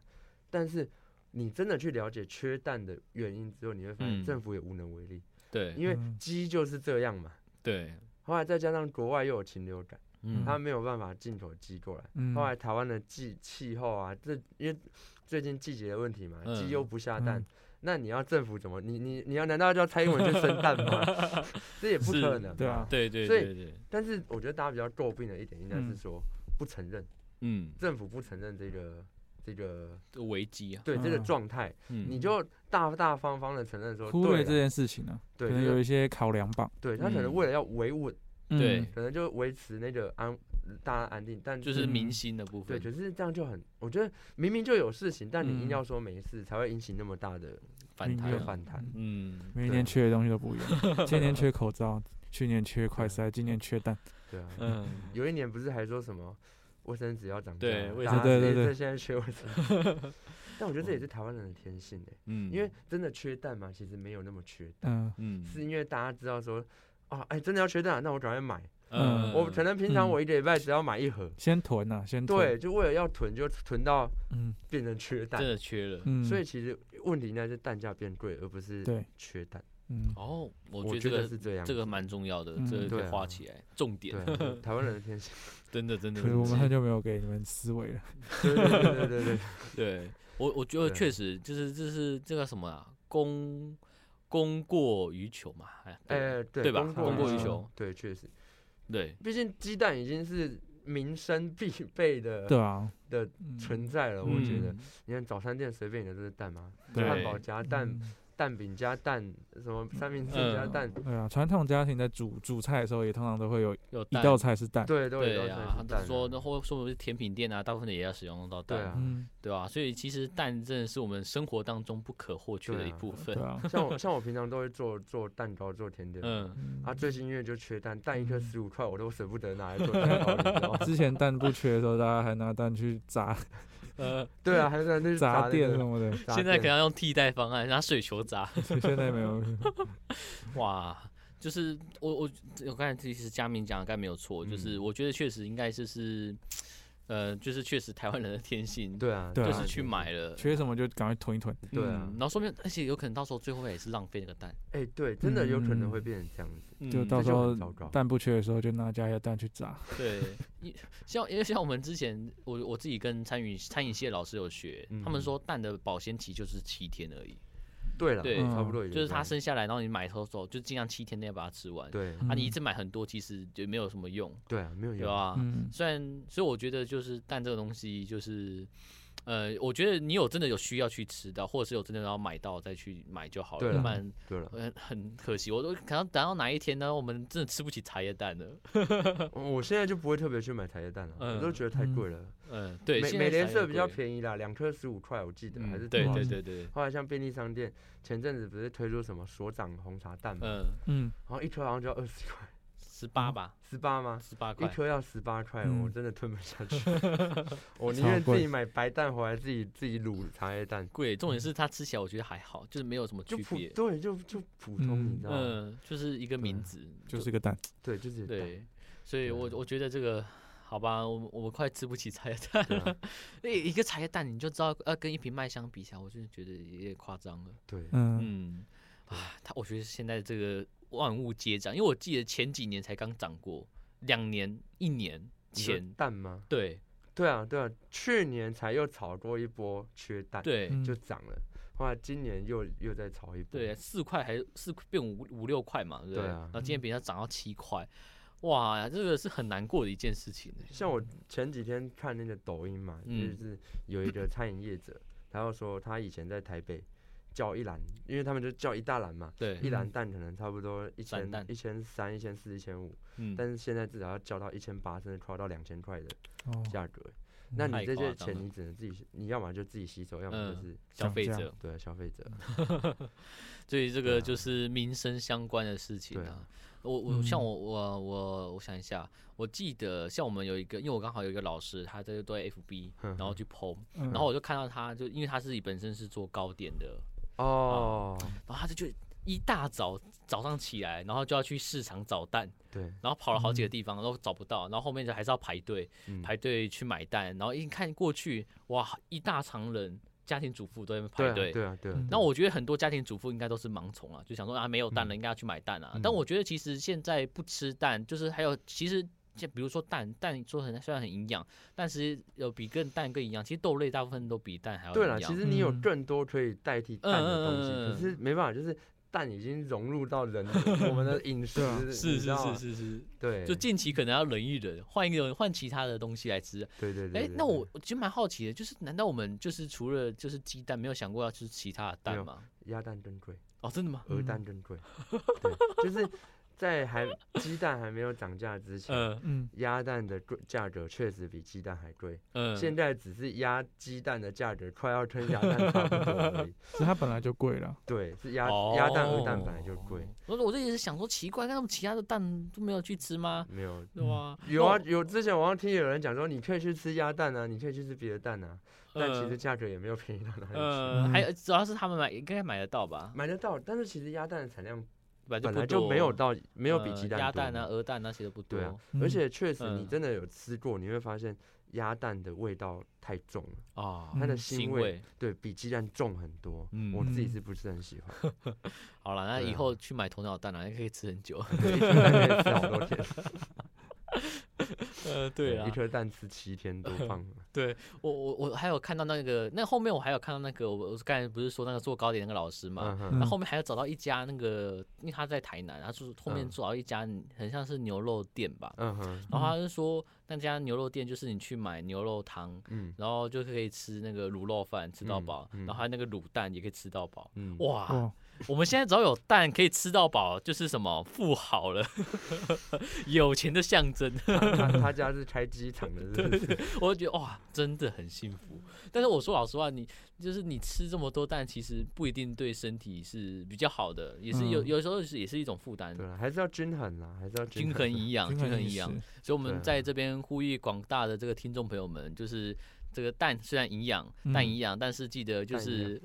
Speaker 2: 但是你真的去了解缺蛋的原因之后，你会发现
Speaker 1: 嗯
Speaker 2: 政府也无能为力，
Speaker 1: 对
Speaker 2: 因为
Speaker 3: 嗯
Speaker 2: 鸡就是这样嘛。
Speaker 1: 对，
Speaker 2: 后来再加上国外又有禽流感，
Speaker 1: 嗯
Speaker 2: 他没有办法进口鸡过来。
Speaker 3: 嗯
Speaker 2: 后来台湾的季气候啊，这因为最近季节的问题嘛，
Speaker 1: 嗯
Speaker 2: 鸡又不下蛋，
Speaker 3: 嗯
Speaker 2: 那你要政府怎么？你你你要难道叫蔡英文去生蛋 吗？这也不
Speaker 1: 是
Speaker 2: 可能嘛。
Speaker 3: 对啊
Speaker 1: 对对
Speaker 2: 所以
Speaker 1: 对对，
Speaker 2: 但是我觉得大家比较诟病的一点，应该是
Speaker 3: 嗯
Speaker 2: 说不承认。
Speaker 1: 嗯，
Speaker 2: 政府不承认这个这个
Speaker 1: 这危机啊，
Speaker 2: 对这个
Speaker 3: 嗯
Speaker 2: 状态，
Speaker 1: 嗯，
Speaker 2: 你就大大方方的承认说，
Speaker 3: 忽略
Speaker 2: 对
Speaker 3: 这
Speaker 2: 啦
Speaker 3: 件事情呢，啊可
Speaker 2: 对
Speaker 3: 能
Speaker 2: 这
Speaker 3: 有
Speaker 2: 个
Speaker 3: 一些考量吧。
Speaker 2: 对他可能
Speaker 1: 嗯
Speaker 2: 为了要维稳，
Speaker 1: 对
Speaker 3: 嗯
Speaker 2: 可能就维持那个安大家安定，但
Speaker 1: 就是
Speaker 3: 嗯
Speaker 1: 明星的部
Speaker 2: 对，
Speaker 1: 分，
Speaker 2: 可是这样就很，我觉得明明就有事情，但你
Speaker 3: 嗯
Speaker 2: 硬要说没事，才会引起那么大的
Speaker 1: 反
Speaker 3: 明
Speaker 1: 弹
Speaker 3: 白
Speaker 1: 啊，
Speaker 2: 的反弹。
Speaker 1: 嗯，
Speaker 3: 每一
Speaker 2: 对
Speaker 3: 年
Speaker 2: 啊
Speaker 3: 缺的东西都不 一样。今年缺口罩，去年缺快
Speaker 2: 对
Speaker 3: 筛，今年缺蛋。
Speaker 2: 对啊，
Speaker 1: 嗯，
Speaker 2: 有一年不是还说什么卫生纸要涨价，
Speaker 1: 对卫
Speaker 2: 大家
Speaker 3: 生纸对对
Speaker 2: 这
Speaker 3: 对嗯
Speaker 2: 现在缺卫生纸， 但我觉得这也是台湾人的天性哎，
Speaker 1: 嗯，
Speaker 2: 因为真的缺蛋嘛，其实没有那么缺蛋。
Speaker 3: 嗯
Speaker 1: 嗯
Speaker 2: 是因为大家知道说，啊，哎，真的要缺蛋，那我赶快买。
Speaker 1: 呃
Speaker 3: 嗯
Speaker 2: 我可能平常
Speaker 3: 嗯
Speaker 2: 我一个礼拜只要买一盒，
Speaker 3: 先囤呐，先囤。
Speaker 2: 对，，就为了要囤，就囤到
Speaker 3: 嗯
Speaker 2: 变成缺蛋
Speaker 1: 真。的缺了。
Speaker 3: 嗯，
Speaker 2: 所以其实问题应该是蛋价变贵，而不是
Speaker 3: 对，
Speaker 2: 缺蛋。
Speaker 3: 嗯
Speaker 1: 哦，我
Speaker 2: 我
Speaker 1: 觉
Speaker 2: 觉
Speaker 1: 得
Speaker 2: 得
Speaker 1: 这
Speaker 2: 是
Speaker 1: 个
Speaker 2: 这样。
Speaker 1: 这个蛮重要的
Speaker 3: 嗯，
Speaker 1: 这个
Speaker 2: 对
Speaker 1: 可以
Speaker 2: 啊
Speaker 1: 画起来，重
Speaker 2: 对
Speaker 1: 点，
Speaker 2: 啊，就台湾人的天性。
Speaker 1: 真的真的
Speaker 3: 可是我们
Speaker 1: 是
Speaker 3: 很久没有给你们思维了。
Speaker 2: 对对对对对对，
Speaker 1: 对我我觉得
Speaker 2: 对啊
Speaker 1: 确实就是这是这个什么啊，供供过于求嘛，哎，对
Speaker 2: 哎，对
Speaker 1: 对吧
Speaker 2: 供
Speaker 3: 供过于
Speaker 2: 求
Speaker 1: 求
Speaker 2: 对，确实，
Speaker 1: 对
Speaker 2: 毕竟鸡蛋已经是民生必备
Speaker 3: 对
Speaker 2: 的
Speaker 3: 啊，
Speaker 2: 的
Speaker 3: 嗯
Speaker 2: 存在了。我觉得
Speaker 3: 嗯，
Speaker 2: 你看早餐店随便你的都是蛋嘛，
Speaker 3: 对
Speaker 2: 汉堡加蛋，
Speaker 3: 嗯
Speaker 2: 蛋饼加蛋，什么三明治
Speaker 1: 嗯
Speaker 2: 加蛋，
Speaker 3: 对啊，传统家庭在煮煮菜的时候，也通常都会有一
Speaker 1: 有蛋
Speaker 3: 道菜是蛋。
Speaker 2: 对，都有
Speaker 1: 对
Speaker 2: 都
Speaker 1: 啊，
Speaker 2: 是
Speaker 1: 他
Speaker 2: 蛋
Speaker 1: 就说那
Speaker 2: 啊
Speaker 1: 或说我们是甜品店啊，大部分的也要使用到
Speaker 2: 对
Speaker 1: 蛋，
Speaker 2: 啊，
Speaker 3: 嗯，
Speaker 1: 对吧？所以其实蛋真的是我们生活当中不可或缺的
Speaker 2: 对
Speaker 1: 一
Speaker 2: 啊
Speaker 1: 部分
Speaker 3: 对。啊，
Speaker 2: 像我像我平常都会做做蛋糕做甜点，
Speaker 1: 嗯，
Speaker 3: 嗯
Speaker 2: 啊，最近因为就缺蛋，蛋一颗
Speaker 3: 嗯
Speaker 2: 十五块，我都舍不得拿来做蛋糕，你知道吗？
Speaker 3: 之前蛋不缺的时候，大家还拿蛋去 砸
Speaker 1: 呃，
Speaker 2: 对啊，还有在那去
Speaker 3: 哎砸
Speaker 2: 那
Speaker 3: 店什
Speaker 2: 个
Speaker 3: 么的，
Speaker 2: 砸
Speaker 1: 现在可
Speaker 2: 店
Speaker 1: 能要用替代方案，拿水球砸。
Speaker 3: 所以现在没有。
Speaker 1: 哇，就是我我我刚才其实佳明讲的该没有错，就是我觉得确实应该就是，呃，就是确实台湾人的天性，
Speaker 2: 对啊，
Speaker 3: 对啊
Speaker 1: 就是去买了，嗯
Speaker 3: 缺什么就赶快囤一囤。
Speaker 2: 对啊
Speaker 1: 嗯然后说明而且有可能到时候最后也是浪费那个蛋，嗯
Speaker 2: 哎，对，真的有可能
Speaker 3: 嗯
Speaker 2: 会变成这样子，
Speaker 3: 就到
Speaker 2: 这
Speaker 3: 时
Speaker 2: 就
Speaker 3: 候
Speaker 2: 很糟糕。
Speaker 3: 蛋不缺的时候，就拿家里的蛋去砸。
Speaker 1: 对，一像因为像我们之前我我自己跟餐饮餐饮系的老师有学，他们
Speaker 2: 嗯
Speaker 1: 说蛋的保鲜期就是七天而已，
Speaker 2: 对了，
Speaker 1: 对
Speaker 2: 差
Speaker 3: 嗯
Speaker 2: 不多也
Speaker 1: 就是
Speaker 2: 这
Speaker 1: 它
Speaker 2: 样
Speaker 1: 生下来，然后你买的时候就尽量七天内把它吃完，
Speaker 2: 对
Speaker 1: 啊，你
Speaker 3: 嗯
Speaker 1: 一次买很多其实就没有什么用，
Speaker 2: 对啊，没有
Speaker 1: 对
Speaker 2: 用，
Speaker 1: 吧？
Speaker 3: 嗯，
Speaker 1: 虽然，所以我觉得就是蛋这个东西，就是，呃，我觉得你有真的有需要去吃到，或者是有真的要买到再去买就好
Speaker 2: 对啊
Speaker 1: 了，
Speaker 2: 啦
Speaker 1: 要不然
Speaker 2: 对了，
Speaker 1: 很很可惜。我都可能等到哪一天呢，我们真的吃不起茶叶蛋了。
Speaker 2: 我现在就不会特别去买茶叶蛋了，我都
Speaker 1: 嗯
Speaker 2: 觉得太
Speaker 3: 嗯
Speaker 2: 贵了。
Speaker 1: 嗯，对，
Speaker 2: 美
Speaker 1: 现在
Speaker 2: 美联
Speaker 1: 茶叶
Speaker 2: 社
Speaker 1: 蛋
Speaker 2: 比较
Speaker 1: 贵，
Speaker 2: 便宜啦，两颗十五块，我记得还
Speaker 1: 嗯
Speaker 2: 是
Speaker 1: 对
Speaker 2: 多少
Speaker 1: 对
Speaker 2: 钱
Speaker 1: 对对，
Speaker 2: 后来像便利商店前阵子不是推出什么所长红茶蛋嘛，
Speaker 1: 嗯，
Speaker 3: 嗯，
Speaker 2: 然后一颗好像就要二十块，
Speaker 1: 十八吧，
Speaker 2: 十八吗？
Speaker 1: 十八
Speaker 2: 嗯一
Speaker 1: 块，
Speaker 2: 颗要十八块，
Speaker 3: 嗯
Speaker 2: 我真的吞不下 去，我宁
Speaker 3: 超
Speaker 2: 愿自
Speaker 3: 贵
Speaker 2: 己买白蛋回来自己自己卤茶叶蛋，
Speaker 1: 贵。重点是它吃起来我觉得还好，就是没有什么
Speaker 2: 嗯就
Speaker 1: 区
Speaker 2: 普
Speaker 1: 别。
Speaker 2: 对就就普通，
Speaker 3: 嗯
Speaker 2: 你知道吗？
Speaker 1: 嗯，就是一个名字，
Speaker 3: 就是个蛋。
Speaker 2: 哦对，就是蛋
Speaker 1: 对，所以
Speaker 2: 对
Speaker 1: 我
Speaker 2: 啊
Speaker 1: 我觉得这个。好吧，我们我们快吃不起茶叶蛋
Speaker 2: 对
Speaker 1: 了。
Speaker 2: 啊
Speaker 1: 一一个茶叶蛋，你就知道，呃，跟一瓶麦香比起来，我真的觉得有点夸张了。
Speaker 2: 对，
Speaker 3: 嗯，
Speaker 1: 嗯，
Speaker 2: 对
Speaker 1: 啊，它我觉得现在这个万物皆涨，因为我记得前几年才刚涨过，两年、一年
Speaker 2: 你说
Speaker 1: 前，
Speaker 2: 蛋吗？
Speaker 1: 对
Speaker 2: 对啊，对啊，去年才又炒过一波缺蛋，，
Speaker 1: 对
Speaker 3: 嗯
Speaker 2: 就涨了。后来今年又又再炒一波，
Speaker 1: 对，四块还四变五五六块嘛，对不对？
Speaker 2: 对啊
Speaker 1: 然后今天比它涨到七块，哇，这个是很难过的一件事情欸。
Speaker 2: 像我前几天看那个抖音嘛，就
Speaker 1: 嗯
Speaker 2: 是有一个餐饮业者，他又说他以前在台北叫一篮，因为他们就叫一大篮嘛，一
Speaker 1: 对，
Speaker 2: 篮
Speaker 3: 嗯
Speaker 2: 蛋可能差不多一
Speaker 1: 散
Speaker 2: 千
Speaker 1: 蛋
Speaker 2: 一千三、一千四、一千五，
Speaker 1: 嗯，
Speaker 2: 但是现在至少要叫到一千八，甚至快到两千块的
Speaker 3: 哦，
Speaker 2: 价格。那
Speaker 1: 太
Speaker 2: 你这
Speaker 1: 夸
Speaker 2: 些
Speaker 1: 张
Speaker 2: 钱，
Speaker 1: 了
Speaker 2: 你只能自己，你要么就自己吸收，要么就
Speaker 1: 嗯
Speaker 2: 是
Speaker 1: 消
Speaker 3: 涨
Speaker 1: 费
Speaker 3: 价
Speaker 1: 者
Speaker 2: 对消费者。
Speaker 1: 对于这
Speaker 2: 对
Speaker 1: 个
Speaker 2: 啊
Speaker 1: 就是民生相关的事情
Speaker 2: 对
Speaker 1: 啊。我我像
Speaker 3: 嗯
Speaker 1: 我我我我想一下，我记得像我们有一个，因为我刚好有一个老师，他在对 FB，
Speaker 2: 哼
Speaker 1: 嗯然后
Speaker 2: 哼
Speaker 1: 去 PO，
Speaker 3: 然
Speaker 1: 然后我就看到他就因为他自己本身是做糕点的，
Speaker 2: 哦，
Speaker 1: 然后他就觉得一大早早上起来，然后就要去市场找蛋，
Speaker 2: 对，
Speaker 1: 然后跑了好几个地方都找不到，然后后面就还是要排队
Speaker 2: 嗯
Speaker 1: 排队去买蛋，然后一看过去，哇，一大长人，家庭主妇都在那边
Speaker 2: 对
Speaker 1: 排
Speaker 2: 啊
Speaker 1: 队。
Speaker 2: 对啊对啊
Speaker 3: 嗯。
Speaker 1: 那我觉得很多家庭主妇应该都是盲从啊，就想说啊没有蛋了，应该要去买蛋啊。但
Speaker 2: 嗯
Speaker 1: 我觉得其实现在不吃蛋，就是还有其实像比如说蛋，蛋说很虽然很营养，但是有比更蛋更营养。其实豆类大部分都比蛋还要
Speaker 2: 对
Speaker 1: 营
Speaker 2: 了，
Speaker 1: 养。
Speaker 2: 其实你有
Speaker 3: 嗯
Speaker 2: 更多可以代替蛋的东
Speaker 1: 嗯
Speaker 2: 西，
Speaker 1: 嗯嗯嗯嗯
Speaker 2: 可是没办法，就是蛋已经融入到人我们的 饮食，
Speaker 3: 对啊
Speaker 1: 是
Speaker 2: 你知
Speaker 1: 是
Speaker 2: 道
Speaker 1: 是
Speaker 2: 吗，
Speaker 1: 是是，
Speaker 2: 对，
Speaker 1: 就近期可能要忍一忍，换一个换其他的东西来吃。
Speaker 2: 对对对
Speaker 1: 哎、
Speaker 2: 对
Speaker 1: 那
Speaker 2: 对
Speaker 1: 我我其实蛮好奇的，就是难道我们就是除了就是鸡蛋，没有想过要吃其他的
Speaker 2: 没
Speaker 1: 蛋
Speaker 2: 有
Speaker 1: 吗？
Speaker 2: 鸭蛋更贵，
Speaker 1: 哦，真的吗？
Speaker 2: 鹅
Speaker 3: 嗯
Speaker 2: 蛋更贵，对，就是在还鸡蛋还没有涨价之前。
Speaker 1: 嗯
Speaker 3: 嗯，
Speaker 2: 鸭蛋的贵价格确实比鸡蛋还贵，
Speaker 1: 嗯，
Speaker 2: 现在只是鸭鸡蛋的价格快要跟鸭蛋差不多 而已。
Speaker 3: 是它本来就贵了，
Speaker 2: 对，是鸭鸭蛋鹅蛋本来就贵
Speaker 1: 哦，。我说我这也是想说奇怪，那他们其他的蛋都没有去吃吗？
Speaker 2: 没有
Speaker 1: 对吗？
Speaker 2: 有啊，有之前我好像听有人讲说，你可以去吃鸭蛋啊，你可以去吃别的蛋啊，
Speaker 1: 那
Speaker 2: 但
Speaker 1: 我，
Speaker 2: 其实价格也没有便宜到哪里去，
Speaker 1: 呃，呃，
Speaker 3: 嗯
Speaker 1: 还有主要是他们买应该买得到吧，
Speaker 2: 买得到。但是其实鸭蛋的产量
Speaker 1: 本
Speaker 2: 本来
Speaker 1: 不
Speaker 2: 就
Speaker 1: 多，
Speaker 2: 没有到，没有比
Speaker 1: 呃
Speaker 2: 鸡蛋
Speaker 1: 鸭
Speaker 2: 多
Speaker 1: 蛋啊、
Speaker 2: 嘛
Speaker 1: 鹅蛋那些都不多
Speaker 2: 对。啊而且确实你
Speaker 1: 嗯
Speaker 2: 真的有吃过，你会发现鸭蛋的味道太重了，
Speaker 1: 啊
Speaker 2: 它的
Speaker 3: 嗯
Speaker 2: 腥
Speaker 1: 腥
Speaker 2: 味
Speaker 1: 味。
Speaker 2: 对比鸡蛋重很多。
Speaker 1: 嗯
Speaker 2: 我自己
Speaker 3: 嗯
Speaker 2: 是不是很喜欢？
Speaker 1: 好了，那
Speaker 2: 对
Speaker 1: 以
Speaker 2: 啊
Speaker 1: 后去买鸵鸟蛋啊了，也可以吃 很久。
Speaker 2: 对一颗蛋可以吃好多天，
Speaker 1: 呃，对啊
Speaker 2: 一，颗蛋吃七天 多棒啊！
Speaker 1: 对我我我还有看到那个，那后面我还有看到那个，我我刚才不是说那个做糕点那个老师嘛，
Speaker 2: 嗯
Speaker 1: 那
Speaker 2: 哼
Speaker 3: 嗯
Speaker 1: 后面还有找到一家那个，因为他在台南，他就是后面
Speaker 2: 嗯
Speaker 1: 找到一家很像是牛肉店吧，
Speaker 2: 嗯哼，
Speaker 1: 然后他就说那家牛肉店就是你去买牛肉汤，
Speaker 2: 嗯
Speaker 1: 然后就可以吃那个卤肉饭吃到
Speaker 2: 嗯
Speaker 1: 饱，
Speaker 2: 嗯
Speaker 1: 然后还有那个卤蛋也可以吃到饱。
Speaker 2: 嗯，
Speaker 1: 哇，
Speaker 3: 哦，
Speaker 1: 我们现在只要有蛋可以吃到饱，就是什么富豪了， 有钱的象征。
Speaker 2: 他他他家是开机场的，是不是？
Speaker 1: 我就觉得哇，真的很幸福。但是我说老实话，你就是你吃这么多蛋，其实不一定对身体是比较好的，也是有
Speaker 3: 嗯
Speaker 1: 有时候是也是一种负担。
Speaker 2: 对了，啊还是要均衡啦，还是要
Speaker 1: 均衡
Speaker 2: 衡。
Speaker 1: 营养，
Speaker 3: 均
Speaker 1: 均衡
Speaker 3: 饮
Speaker 1: 营养
Speaker 3: 食，，
Speaker 1: 所以我
Speaker 2: 对
Speaker 1: 们
Speaker 2: 啊
Speaker 1: 在这边呼吁广大的这个听众朋友们，就是这个蛋虽然营养，蛋
Speaker 3: 嗯
Speaker 1: 营养，但是记得就
Speaker 2: 蛋营
Speaker 1: 是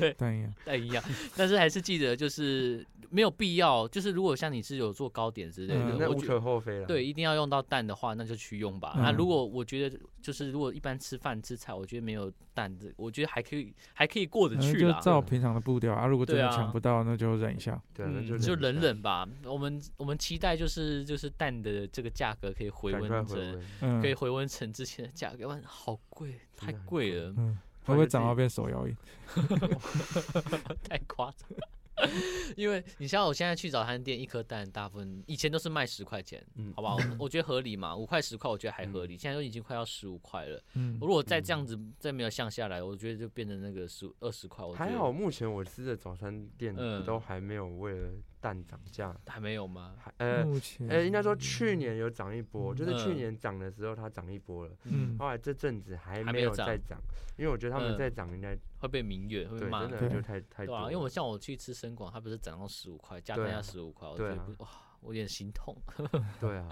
Speaker 1: 对
Speaker 3: 蛋一样，
Speaker 1: 蛋营养，但是还是记得就是没有必要，就是如果像你是有做糕点之类
Speaker 3: 嗯
Speaker 1: 的，
Speaker 2: 那
Speaker 1: 我
Speaker 2: 无
Speaker 1: 觉得
Speaker 2: 可厚非了。
Speaker 1: 对，一定要用到蛋的话，那就去用吧。那如
Speaker 3: 嗯
Speaker 1: 果我觉得就是如果一般吃饭吃菜，我觉得没有蛋的，我觉得还可以还可以过得
Speaker 3: 嗯
Speaker 1: 去
Speaker 3: 就
Speaker 1: 啦。
Speaker 3: 照平常的步调啊。如果真
Speaker 1: 对
Speaker 3: 的
Speaker 1: 啊
Speaker 3: 抢不到，那就忍一下。
Speaker 2: 对啊，那
Speaker 1: 嗯，
Speaker 2: 就
Speaker 1: 就
Speaker 2: 忍
Speaker 1: 忍
Speaker 2: 一下，
Speaker 1: 忍吧。我们我们期待就是就是蛋的这个价格可以回
Speaker 2: 赶
Speaker 1: 温
Speaker 2: 快
Speaker 1: 成
Speaker 2: 回温，
Speaker 3: 嗯
Speaker 1: 可，以回温成之前的价格，要不然好贵，
Speaker 2: 真的
Speaker 1: 太
Speaker 2: 很
Speaker 1: 贵
Speaker 2: 贵
Speaker 1: 了，
Speaker 3: 嗯，
Speaker 2: 不然
Speaker 3: 会不会
Speaker 2: 就
Speaker 3: 长
Speaker 2: 自
Speaker 3: 到
Speaker 2: 己
Speaker 3: 变手摇椅？
Speaker 1: 太夸张 了。因为你像我现在去早餐店，一颗蛋大部分以前都是卖十块钱，
Speaker 2: 嗯
Speaker 1: 好不好？ 我我觉得合理嘛，五块十块我觉得还合理，现在都已经快要十五块了。
Speaker 3: 嗯
Speaker 1: 如，果再这样
Speaker 2: 嗯
Speaker 1: 子再没有降下来，我觉得就变成那个十二十块，我觉
Speaker 2: 还
Speaker 1: 得
Speaker 2: 好，目前我吃的早餐店
Speaker 1: 嗯
Speaker 2: 都还没有为了蛋涨价，
Speaker 1: 还没有吗？
Speaker 2: 还呃
Speaker 3: 目前
Speaker 2: 呃，应该说去年有涨一波，就是去
Speaker 1: 嗯
Speaker 2: 年涨的时候它涨一波了，
Speaker 3: 嗯
Speaker 2: 后来这阵子还
Speaker 1: 还没
Speaker 2: 没
Speaker 1: 有
Speaker 2: 有再涨，因为我觉得他们
Speaker 1: 嗯
Speaker 2: 在涨应该
Speaker 1: 会被民怨会
Speaker 2: 对
Speaker 1: 被骂
Speaker 2: 真
Speaker 1: 的，
Speaker 2: 的就
Speaker 3: 对
Speaker 2: 太太
Speaker 1: 对
Speaker 2: 多
Speaker 1: 啊，
Speaker 2: 了，
Speaker 1: 因为我们像我去吃生广，它不是涨到十五块，加蛋
Speaker 2: 对啊
Speaker 1: 要十五块，我觉
Speaker 2: 对
Speaker 1: 得
Speaker 2: 啊
Speaker 1: 不哇，我有点心痛。
Speaker 2: 对啊，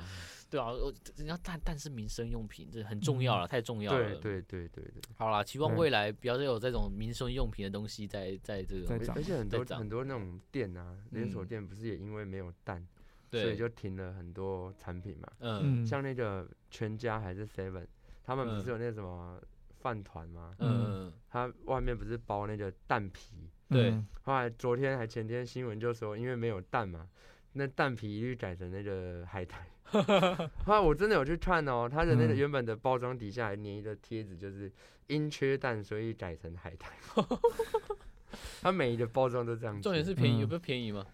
Speaker 1: 对啊，我人家蛋蛋是民生用品，这很重要了，太重要了。
Speaker 2: 嗯对对对对对，
Speaker 1: 好啦，期望
Speaker 3: 对
Speaker 1: 未来不要再有这种民生用品的东西在在这种
Speaker 3: 在
Speaker 2: 而
Speaker 3: 涨
Speaker 2: 而且很
Speaker 1: 在
Speaker 2: 多
Speaker 1: 涨
Speaker 2: 很多那种店啊，连锁
Speaker 1: 嗯
Speaker 2: 店不是也因为没有蛋，所以
Speaker 1: 对，
Speaker 2: 就停了很多产品嘛，
Speaker 1: 嗯
Speaker 3: 嗯，
Speaker 2: 像那个全家还是 Seven，他们不
Speaker 1: 嗯
Speaker 2: 是有那什么饭团吗？
Speaker 1: 嗯
Speaker 2: 它外面不是包那个蛋皮？
Speaker 1: 对
Speaker 3: 嗯
Speaker 2: 后来昨天还前天新闻就说，因为没有蛋嘛，那蛋皮一律改成那个 海苔。啊，我真的有去看哦，它的那个
Speaker 3: 嗯
Speaker 2: 原本的包装底下还粘一个贴纸，就是因缺蛋所以改成海 苔。它每一个包装都这样子。
Speaker 1: 重点是便宜，
Speaker 3: 嗯
Speaker 1: 有没有便宜嘛？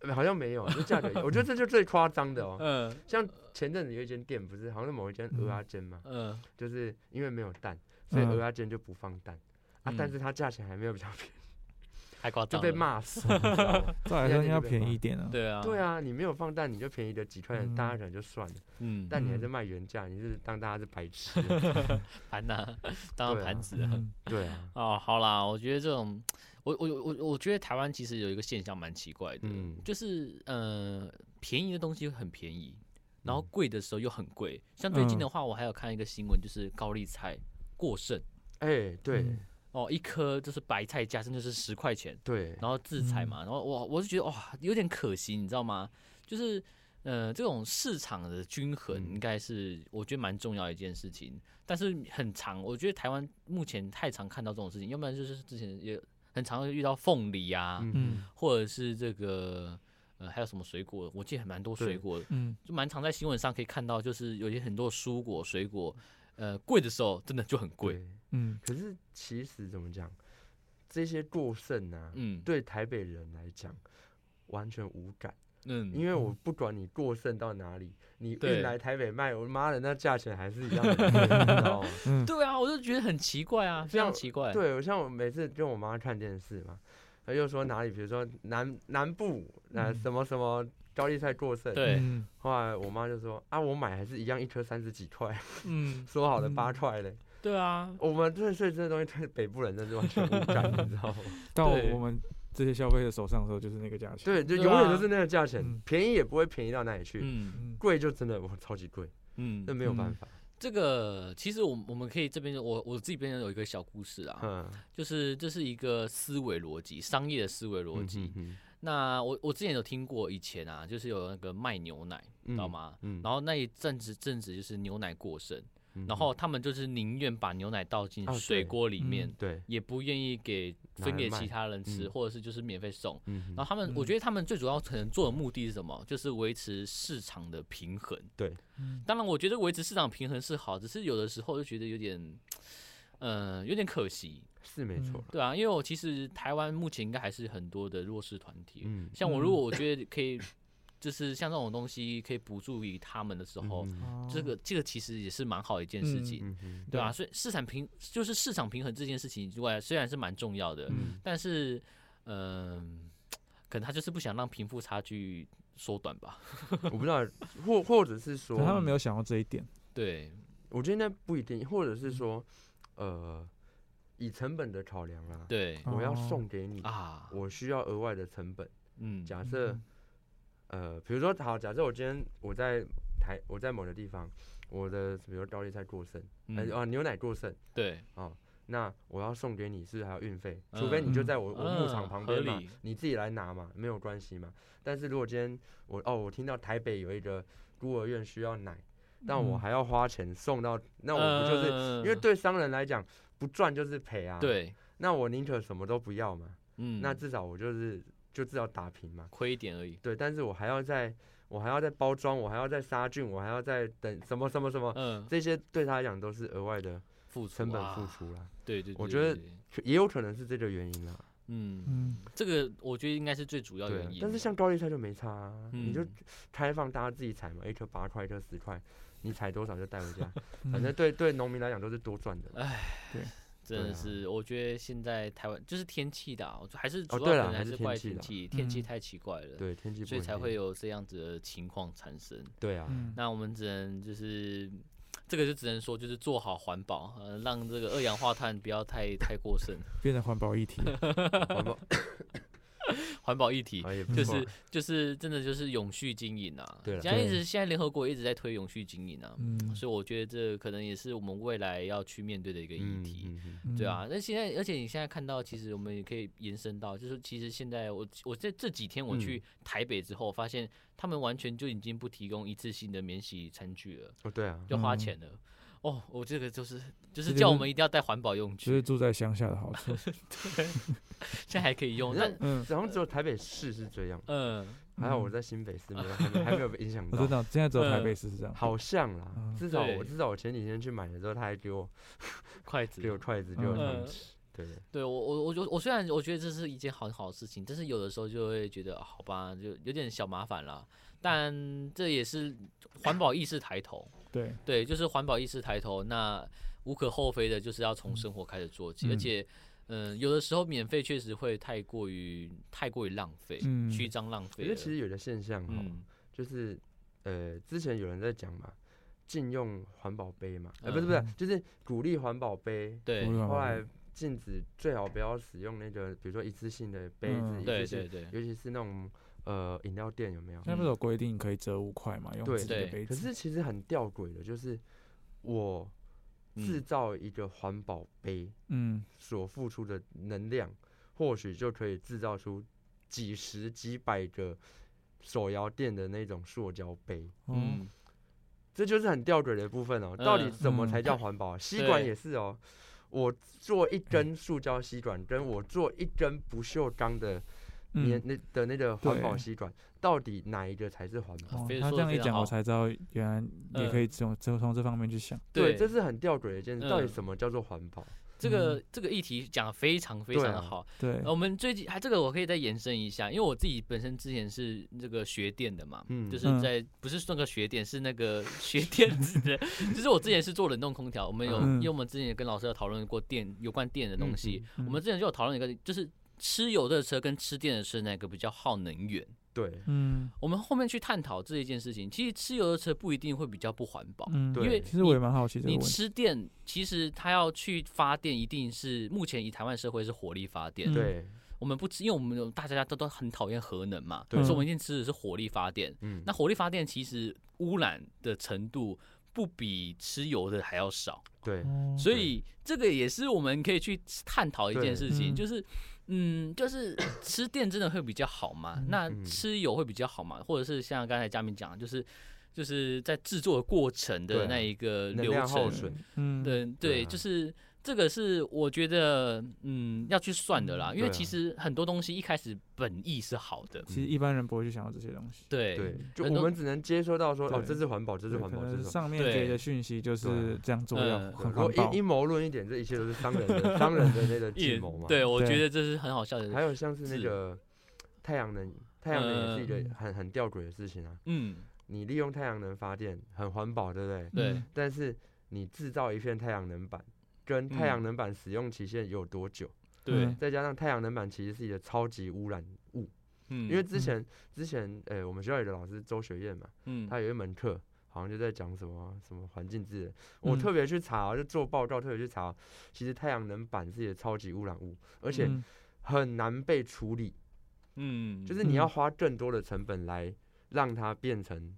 Speaker 2: 呃好像没有，这价格，我觉得这就最夸张 的哦。
Speaker 1: 嗯
Speaker 2: 像前阵子有一间店，不是好像是某一间
Speaker 3: 嗯
Speaker 2: 鹅阿煎嘛，
Speaker 1: 嗯，
Speaker 2: 就是因为没有蛋，所以
Speaker 3: 嗯
Speaker 2: 鹅阿煎就不放蛋啊，但
Speaker 1: 嗯
Speaker 2: 是它价钱还没有比较便宜，
Speaker 1: 太夸
Speaker 2: 就
Speaker 1: 张
Speaker 2: 被
Speaker 1: 了。
Speaker 2: 骂死。你知道吗
Speaker 3: 照来
Speaker 2: 现在
Speaker 3: 说
Speaker 2: 就
Speaker 3: 应该
Speaker 2: 被
Speaker 3: 便
Speaker 2: 骂
Speaker 3: 宜一点啊。
Speaker 1: 对啊，
Speaker 2: 对，啊，你没有放蛋，你就便宜了几块钱，大家
Speaker 3: 嗯
Speaker 2: 可能就算了，
Speaker 1: 嗯，
Speaker 2: 但你还是
Speaker 3: 嗯
Speaker 2: 卖原价，你是当大家是 白痴。
Speaker 1: 盘呐， 当然
Speaker 2: 对啊
Speaker 1: 盘子啊。
Speaker 3: 嗯，
Speaker 2: 对啊，
Speaker 1: 哦，好啦，我觉得这种，我我我我觉得台湾其实有一个现象蛮奇怪的，
Speaker 2: 嗯
Speaker 1: 就是呃，便宜的东西很便宜，然后
Speaker 2: 嗯
Speaker 1: 贵的时候又很贵。像最近的
Speaker 3: 嗯
Speaker 1: 话，我还有看一个新闻，就是高丽菜过剩
Speaker 2: 哎，对
Speaker 3: 嗯，
Speaker 1: 哦，一颗就是白菜价甚至是十块钱，
Speaker 2: 对，
Speaker 1: 然后自采
Speaker 2: 嗯
Speaker 1: 嘛，然后我我就觉得哇，有点可惜，你知道吗？就是呃，这种市场的均衡
Speaker 2: 嗯
Speaker 1: 应该是我觉得蛮重要的一件事情，但是很长，我觉得台湾目前太常看到这种事情，要不然就是之前也很常会遇到凤梨啊，
Speaker 2: 嗯
Speaker 3: 嗯，
Speaker 1: 或者是这个呃还有什么水果，我记得还蛮多水
Speaker 2: 对
Speaker 1: 果，
Speaker 3: 嗯，
Speaker 1: 就蛮常在新闻上可以看到，就是有些很多蔬果水果，呃，贵的时候真的就很贵，
Speaker 2: 对。
Speaker 3: 嗯，
Speaker 2: 可是其实怎么讲，这些过剩啊，
Speaker 1: 嗯
Speaker 2: 对台北人来讲完全无感，
Speaker 1: 嗯，
Speaker 2: 因为我不管你过剩到哪里，你
Speaker 1: 对
Speaker 2: 运来台北卖，我妈的那价钱还是一样 的贵，你知道吗？
Speaker 1: 对啊，我就觉得很奇怪啊，非常
Speaker 2: 像
Speaker 1: 奇怪，
Speaker 2: 对，我像我每次跟我妈看电视嘛，她就说哪里，比如说南南部呃
Speaker 3: 嗯
Speaker 2: 什么什么高丽菜过剩，
Speaker 1: 对
Speaker 3: 嗯
Speaker 2: 后来我妈就说啊，我买还是一样一颗三十几块，
Speaker 3: 嗯，
Speaker 2: 说好的八
Speaker 3: 嗯
Speaker 2: 块嘞，
Speaker 1: 对啊，
Speaker 2: 我们对对这东西对北部人真是完全无感，你知道吗？
Speaker 3: 到
Speaker 1: 对
Speaker 3: 我们这些消费者手上的时候就是那个价钱。
Speaker 2: 对，就
Speaker 1: 对
Speaker 2: 永远
Speaker 1: 啊
Speaker 2: 都是那个价钱
Speaker 3: 嗯，
Speaker 2: 便宜也不会便宜到哪里去，
Speaker 1: 嗯
Speaker 3: 嗯，
Speaker 2: 贵就真的哇超级贵，那
Speaker 1: 嗯，
Speaker 2: 没有办
Speaker 3: 嗯
Speaker 2: 法。
Speaker 1: 这个其实我们我们可以这边我我自己边有一个小故事啊，
Speaker 2: 嗯，
Speaker 1: 就是这是一个思维逻辑，商业的思维逻辑。
Speaker 2: 嗯，
Speaker 1: 那我我之前有听过，以前啊，就是有那个卖牛奶，
Speaker 2: 知
Speaker 1: 知道？吗？
Speaker 2: 嗯，
Speaker 1: 然后那一阵子阵子就是牛奶过剩，
Speaker 2: 嗯
Speaker 1: 然后他们就是宁愿把牛奶倒进
Speaker 2: 哦对
Speaker 1: 水锅里面，
Speaker 3: 嗯
Speaker 2: 对，
Speaker 1: 也不愿意给
Speaker 2: 拿
Speaker 1: 分
Speaker 2: 来
Speaker 1: 给
Speaker 2: 卖
Speaker 1: 其他人吃，
Speaker 2: 嗯
Speaker 1: 或者是就是免费送。
Speaker 2: 嗯
Speaker 1: 然后他们，我
Speaker 3: 嗯
Speaker 1: 觉得他们最主要可能做的目的是什么？就是维持市场的平衡。
Speaker 3: 嗯
Speaker 1: 当然，我觉得维持市场平衡是好，只是有的时候就觉得有点，呃，有点可惜，
Speaker 2: 是没错啦，
Speaker 1: 对啊，因为我其实台湾目前应该还是很多的弱势团体，
Speaker 2: 嗯，
Speaker 1: 像我如
Speaker 3: 嗯
Speaker 1: 果我觉得可以， 就是像这种东西可以补助于他们的时候，
Speaker 2: 嗯
Speaker 3: 哦
Speaker 1: 这个这个其实也是蛮好的一件事情，
Speaker 2: 嗯哼
Speaker 1: 对啊，所以市场平就是市场平衡这件事情之外，虽然是蛮重要的，
Speaker 3: 嗯
Speaker 1: 但是，嗯、可能他就是不想让贫富差距缩短吧，
Speaker 2: 嗯我不知道，或或者是说
Speaker 3: 可能他们没有想到这一点。
Speaker 1: 对，
Speaker 2: 我觉得那不一定，或者是说，呃，以成本的考量啦，
Speaker 1: 对
Speaker 2: 我要
Speaker 3: 哦
Speaker 2: 送给你，
Speaker 1: 啊，
Speaker 2: 我需要额外的成本。
Speaker 1: 嗯，
Speaker 2: 假设
Speaker 3: 嗯，
Speaker 2: 呃，比如说好，假设我今天我在台，我在某个地方，我的比如说高丽菜过剩，呃
Speaker 1: 嗯
Speaker 2: 啊牛奶过剩
Speaker 1: 对，
Speaker 2: 哦，那我要送给你是还有运费，除非你就
Speaker 3: 嗯
Speaker 2: 在我、我牧场
Speaker 1: 嗯
Speaker 2: 旁
Speaker 1: 合
Speaker 2: 边嘛
Speaker 1: 理，
Speaker 2: 你自己来拿嘛，没有关系嘛。但是如果今天我哦，我听到台北有一个孤儿院需要奶，但我
Speaker 3: 嗯
Speaker 2: 还要花钱送到，那我不就是、
Speaker 1: 嗯
Speaker 2: 因为对商人来讲不赚就是赔啊？，
Speaker 1: 对，
Speaker 2: 那我宁可什么都不要嘛，
Speaker 1: 嗯，
Speaker 2: 那至少我就是就至少打平嘛。
Speaker 1: 亏一点而已，
Speaker 2: 对，但是我还要再，我还要再包装，我还要再杀菌，我还要再等什么什么什么，
Speaker 1: 嗯，
Speaker 2: 这些对他来讲都是额外的
Speaker 1: 付出
Speaker 2: 哦成本付
Speaker 1: 啊
Speaker 2: 出啦，
Speaker 1: 对对，
Speaker 2: 我
Speaker 1: 对
Speaker 2: 觉得，
Speaker 1: 对对
Speaker 2: 可也有可能是这个原因啦。
Speaker 1: 嗯，
Speaker 3: 嗯，
Speaker 1: 这个我觉得应该是最主要
Speaker 2: 对
Speaker 1: 原
Speaker 2: 啊
Speaker 1: 因，。
Speaker 2: 但是像高丽菜就没差、啊，你就
Speaker 1: 嗯
Speaker 2: 开放大家自己采嘛，一颗八块，一颗十块，你采多少就带回家，反
Speaker 3: 嗯
Speaker 2: 正对对农民来讲都是多赚 的啦。
Speaker 1: 真
Speaker 2: 对
Speaker 1: 的
Speaker 2: 啊
Speaker 1: 是，我觉得现在台湾就是天气的、啊，我觉得还是主
Speaker 2: 哦
Speaker 1: 要
Speaker 2: 对
Speaker 1: 可
Speaker 2: 啦
Speaker 1: 能
Speaker 2: 还
Speaker 1: 还
Speaker 2: 是
Speaker 1: 是
Speaker 2: 天
Speaker 1: 怪
Speaker 2: 气
Speaker 1: 天
Speaker 2: 啦
Speaker 1: 气，天气
Speaker 3: 嗯
Speaker 1: 太奇怪了，
Speaker 2: 对，天气不
Speaker 1: 所以
Speaker 2: 稳
Speaker 1: 才
Speaker 2: 定
Speaker 1: 会有这样子的情况产生。
Speaker 2: 对啊，
Speaker 3: 嗯
Speaker 1: 那我们只能就是这个就只能说就是做好环保，呃，让这个二氧化碳不要太太过剩，
Speaker 3: 变成环保议题。
Speaker 2: 环保
Speaker 1: 环保议题。
Speaker 2: 啊也不
Speaker 1: 就
Speaker 2: 错
Speaker 1: 是
Speaker 2: 啊
Speaker 1: 就是真的就是永续经营啊，
Speaker 2: 对啦
Speaker 1: 现在一
Speaker 3: 对
Speaker 1: 直现在联合国一直在推永续经营啊，
Speaker 3: 嗯，
Speaker 1: 所以我觉得这可能也是我们未来要去面对的一个议
Speaker 2: 嗯
Speaker 1: 题。
Speaker 2: 嗯嗯
Speaker 3: 嗯
Speaker 1: 对，啊，那现在，而且你现在看到，其实我们也可以延伸到，就是其实现在我我在这几天我
Speaker 2: 嗯
Speaker 1: 去台北之后，发现他们完全就已经不提供一次性的免洗餐具了，
Speaker 2: 哦 对啊，
Speaker 1: 要花
Speaker 3: 嗯
Speaker 1: 钱了。哦，我这个就是就是
Speaker 3: 这就
Speaker 1: 叫我
Speaker 3: 是
Speaker 1: 们一定要带环保用
Speaker 3: 就
Speaker 1: 具，
Speaker 3: 是住在乡下的好 处。
Speaker 1: 现在还可以用，
Speaker 2: 那
Speaker 1: 但
Speaker 3: 嗯
Speaker 2: 好像只有台北市是这样，
Speaker 1: 嗯
Speaker 2: 还好我
Speaker 3: 嗯
Speaker 2: 在新北市没有还没还没有被影响
Speaker 3: 我
Speaker 2: 到
Speaker 3: 知。道，现在只有台
Speaker 1: 嗯
Speaker 3: 北市是这样。
Speaker 2: 好像啦，
Speaker 3: 嗯
Speaker 2: 至少我
Speaker 1: 对
Speaker 2: 至少我前几天去买的时候，他还给我
Speaker 1: 筷子
Speaker 2: 给我筷子，给我
Speaker 1: 嗯
Speaker 2: 汤匙，对，
Speaker 1: 对我我我就我虽然我觉得这是一件很好的事情，但是有的时候就会觉得啊好吧，就有点小麻烦啦。但这也是环保意识抬头，
Speaker 3: 对，
Speaker 1: 对，就是环保意识抬头，那无可厚非的就是要从生活开始做起，
Speaker 3: 嗯
Speaker 1: 而且。嗯，有的时候免费确实会太过于太过于浪费，
Speaker 3: 嗯
Speaker 1: 虚张浪
Speaker 2: 我
Speaker 1: 费
Speaker 2: 觉
Speaker 1: 了。
Speaker 2: 得其实有的现象哈，
Speaker 1: 嗯，
Speaker 2: 就是呃，之前有人在讲嘛，禁用环保杯嘛，呃，不是
Speaker 3: 嗯
Speaker 2: 不是
Speaker 3: 嗯，
Speaker 2: 就是鼓励环保杯，
Speaker 1: 对
Speaker 3: 无，论
Speaker 2: 后
Speaker 3: 好
Speaker 2: 来
Speaker 3: 坏
Speaker 2: 禁止最好不要使用那个，比如说一次性的杯子，
Speaker 3: 嗯
Speaker 2: 一
Speaker 1: 对
Speaker 2: 次
Speaker 1: 对
Speaker 2: 性，
Speaker 1: 对，
Speaker 2: 尤其是那种呃饮料店有没有？
Speaker 3: 现在不是有规定可以折五块嘛？用
Speaker 2: 对
Speaker 3: 自己的
Speaker 1: 对
Speaker 3: 杯
Speaker 2: 可
Speaker 3: 子。
Speaker 2: 是其实很吊诡的，就是我制
Speaker 1: 嗯
Speaker 2: 造一个环保杯
Speaker 3: 嗯，
Speaker 2: 所付出的能量，或许就可以制造出几十几百个手摇店的那种塑胶杯。
Speaker 3: 嗯，
Speaker 1: 嗯，
Speaker 2: 这就是很吊诡的部分哦。到底
Speaker 1: 嗯
Speaker 2: 怎么
Speaker 3: 嗯
Speaker 2: 才叫环保啊？吸管
Speaker 1: 对
Speaker 2: 也是哦，我做
Speaker 3: 嗯
Speaker 2: 一根塑胶吸管，跟我做一根不锈钢的棉
Speaker 3: 嗯
Speaker 2: 那的那个环保
Speaker 3: 对
Speaker 2: 吸管，到底哪一个才是环保？
Speaker 3: 哦
Speaker 1: 啊非
Speaker 3: 他
Speaker 1: 说
Speaker 3: 这
Speaker 1: 得
Speaker 3: 样
Speaker 1: 非
Speaker 3: 一
Speaker 1: 常
Speaker 3: 讲，
Speaker 1: 好
Speaker 3: 我才知道原来也可以从从从这方面去想。
Speaker 2: 对，
Speaker 1: 对
Speaker 2: 这是很吊诡的一件事。到底
Speaker 1: 嗯
Speaker 2: 什么叫做环保？
Speaker 1: 这个这个议题讲得非常非常
Speaker 2: 对
Speaker 1: 的
Speaker 2: 啊
Speaker 1: 好，
Speaker 3: 对
Speaker 1: 呃，我们最近还这个我可以再延伸一下，因为我自己本身之前是这个学电的嘛，
Speaker 2: 嗯
Speaker 1: 就是
Speaker 3: 嗯
Speaker 1: 在不是那个学电，是那个学电子的， 就是我之前是做冷冻空调，我们有、
Speaker 3: 嗯
Speaker 1: 因为我们之前也跟老师有讨论过电有关电的东西，
Speaker 3: 嗯
Speaker 1: 我们之前就有讨论一个就是。吃油的车跟吃电的车哪个比较耗能源？
Speaker 2: 对，
Speaker 3: 嗯
Speaker 1: 我们后面去探讨这一件事情。其实吃油的车不一定会比较不环保，
Speaker 3: 嗯，
Speaker 2: 对
Speaker 1: 因为
Speaker 3: 其实
Speaker 1: 你
Speaker 3: 我也蛮好奇这个
Speaker 1: 你
Speaker 3: 问题。
Speaker 1: 吃电其实它要去发电，一定是目前以台湾社会是火力发电，
Speaker 3: 嗯
Speaker 2: 对，
Speaker 1: 我们不吃，因为我们有大家都都很讨厌核能嘛，
Speaker 2: 对
Speaker 1: 所以我们一定吃的是火力发电。
Speaker 2: 嗯，
Speaker 1: 那火力发电其实污染的程度不比吃油的还要少，
Speaker 2: 嗯对，
Speaker 3: 哦
Speaker 1: 所以这个也是我们可以去探讨一件事情，
Speaker 3: 对嗯
Speaker 1: 就是。嗯，就是 吃电真的会比较好吗
Speaker 3: 嗯？
Speaker 1: 那
Speaker 2: 嗯
Speaker 1: 吃油会比较好吗？或者是像刚才嘉明讲的，就是就是在制作的过程
Speaker 2: 对
Speaker 1: 的
Speaker 2: 啊
Speaker 1: 那一个
Speaker 2: 能
Speaker 1: 流
Speaker 2: 量耗
Speaker 1: 程，
Speaker 2: 损，
Speaker 3: 嗯，
Speaker 1: 对对，
Speaker 2: 啊
Speaker 1: 就是这个是我觉得嗯要去算的啦，因为
Speaker 2: 对啊
Speaker 1: 其实很多东西一开始本意是好的，
Speaker 3: 其实一般人不会去想到这些东西。
Speaker 1: 对
Speaker 2: 对，就
Speaker 1: 很
Speaker 2: 我
Speaker 1: 多
Speaker 2: 们只能接收到说，哦，
Speaker 3: 对
Speaker 2: 这是环保，这是
Speaker 3: 对
Speaker 2: 环
Speaker 3: 可
Speaker 2: 保，这
Speaker 3: 能
Speaker 2: 是环
Speaker 3: 上面
Speaker 1: 对
Speaker 3: 给的讯息就是这样做要
Speaker 1: 嗯
Speaker 2: 保。
Speaker 3: 很
Speaker 2: 如果
Speaker 3: 环保
Speaker 2: 阴。阴谋论一点，这一切都是商人 的商人的那个
Speaker 1: 也
Speaker 2: 计谋嘛。
Speaker 1: 对，我
Speaker 3: 对
Speaker 1: 觉得这是很好笑的，
Speaker 2: 还有像是那
Speaker 1: 是
Speaker 2: 个太阳能，太阳能也是一
Speaker 3: 嗯
Speaker 2: 个很很吊诡的事情啊。
Speaker 1: 嗯，
Speaker 2: 你利用太阳能发电很环保，对不对？
Speaker 1: 对
Speaker 3: 嗯
Speaker 2: 但是你制造一片太阳能板，跟太阳能板使用期限有多久？
Speaker 1: 对
Speaker 3: 嗯，
Speaker 2: 再加上太阳能板其实是一个超级污染物，
Speaker 1: 嗯，
Speaker 2: 因为之前之前呃我们学校有个老师周学燕嘛，
Speaker 1: 嗯，
Speaker 2: 他有一门课好像就在讲什么什么环境治理，我
Speaker 3: 嗯
Speaker 2: 特别去查，就做报告特别去查，其实太阳能板是一个超级污染物，而且
Speaker 3: 嗯
Speaker 2: 很难被处理，
Speaker 1: 嗯，
Speaker 2: 就是你要
Speaker 3: 嗯
Speaker 2: 花更多的成本来让它变成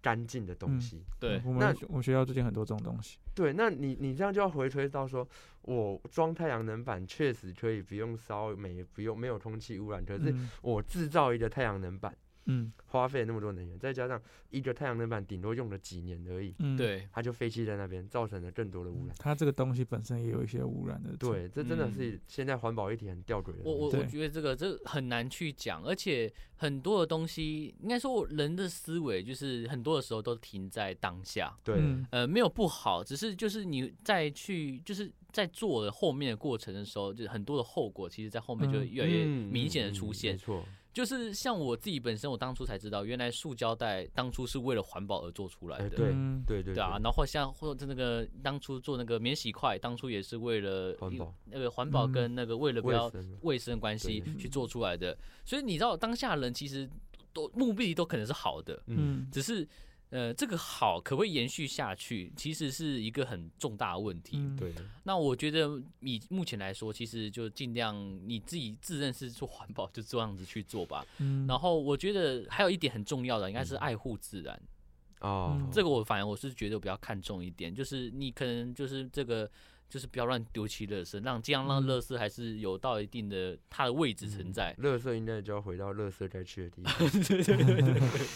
Speaker 2: 干净的东
Speaker 3: 嗯
Speaker 2: 西。
Speaker 1: 对
Speaker 3: 我
Speaker 2: 那
Speaker 3: 们我们学校最近很多这种东西。
Speaker 2: 对，那你你这样就要回推到说，我装太阳能板确实可以不用烧煤，不用没有空气污染，可是
Speaker 3: 嗯
Speaker 2: 我制造一个太阳能板，
Speaker 3: 嗯
Speaker 2: 花费那么多能源，再加上一个太阳能板顶多用了几年而已，
Speaker 3: 嗯，
Speaker 1: 对，
Speaker 2: 它就废弃在那边，造成了更多的污染。
Speaker 3: 它这个东西本身也有一些污染的。，
Speaker 2: 对，这真的是
Speaker 1: 嗯
Speaker 2: 现在环保议题很吊诡的
Speaker 1: 我我
Speaker 2: 东西。
Speaker 1: 我
Speaker 3: 对
Speaker 1: 觉得这个这个很难去讲，而且很多的东西，应该说我人的思维就是很多的时候都停在当下，
Speaker 2: 对，
Speaker 3: 嗯
Speaker 1: 呃，没有不好，只是就是你在去就是在做的后面的过程的时候，就是很多的后果，其实在后面就会
Speaker 3: 嗯
Speaker 1: 越来越
Speaker 2: 嗯
Speaker 1: 明显的
Speaker 2: 嗯
Speaker 1: 出
Speaker 2: 嗯
Speaker 1: 现。
Speaker 2: 没错，
Speaker 1: 就是像我自己本身，我当初才知道，原来塑胶袋当初是为了环保而做出来
Speaker 2: 哎
Speaker 1: 的。
Speaker 2: 对
Speaker 3: 嗯
Speaker 2: 对对
Speaker 1: 对啊，然后像或者那个当初做那个免洗筷，当初也是为了
Speaker 2: 环保
Speaker 1: 那个环保
Speaker 3: 嗯
Speaker 1: 跟那个为了不
Speaker 2: 卫
Speaker 1: 要
Speaker 2: 生啊
Speaker 1: 卫生关系
Speaker 2: 对
Speaker 1: 去做出来的。所以你知道，当下人其实都目的都可能是好的，
Speaker 2: 嗯，
Speaker 3: 嗯
Speaker 1: 只是呃，这个好可不可以延续下去，其实是一个很重大的问题。
Speaker 3: 嗯
Speaker 2: 对，
Speaker 1: 那我觉得以目前来说，其实就尽量你自己自认是做环保，就这样子去做吧。
Speaker 3: 嗯
Speaker 1: 然后我觉得还有一点很重要的，应该是爱护自然。
Speaker 2: 哦
Speaker 3: 嗯，
Speaker 1: 这个我反而我是觉得比较看重一点，就是你可能就是这个就是不要乱丢弃垃圾，让尽量让
Speaker 3: 嗯
Speaker 1: 垃圾还是有到一定的它的位置存在。
Speaker 2: 嗯垃圾应该就要回到垃圾该去的 地方。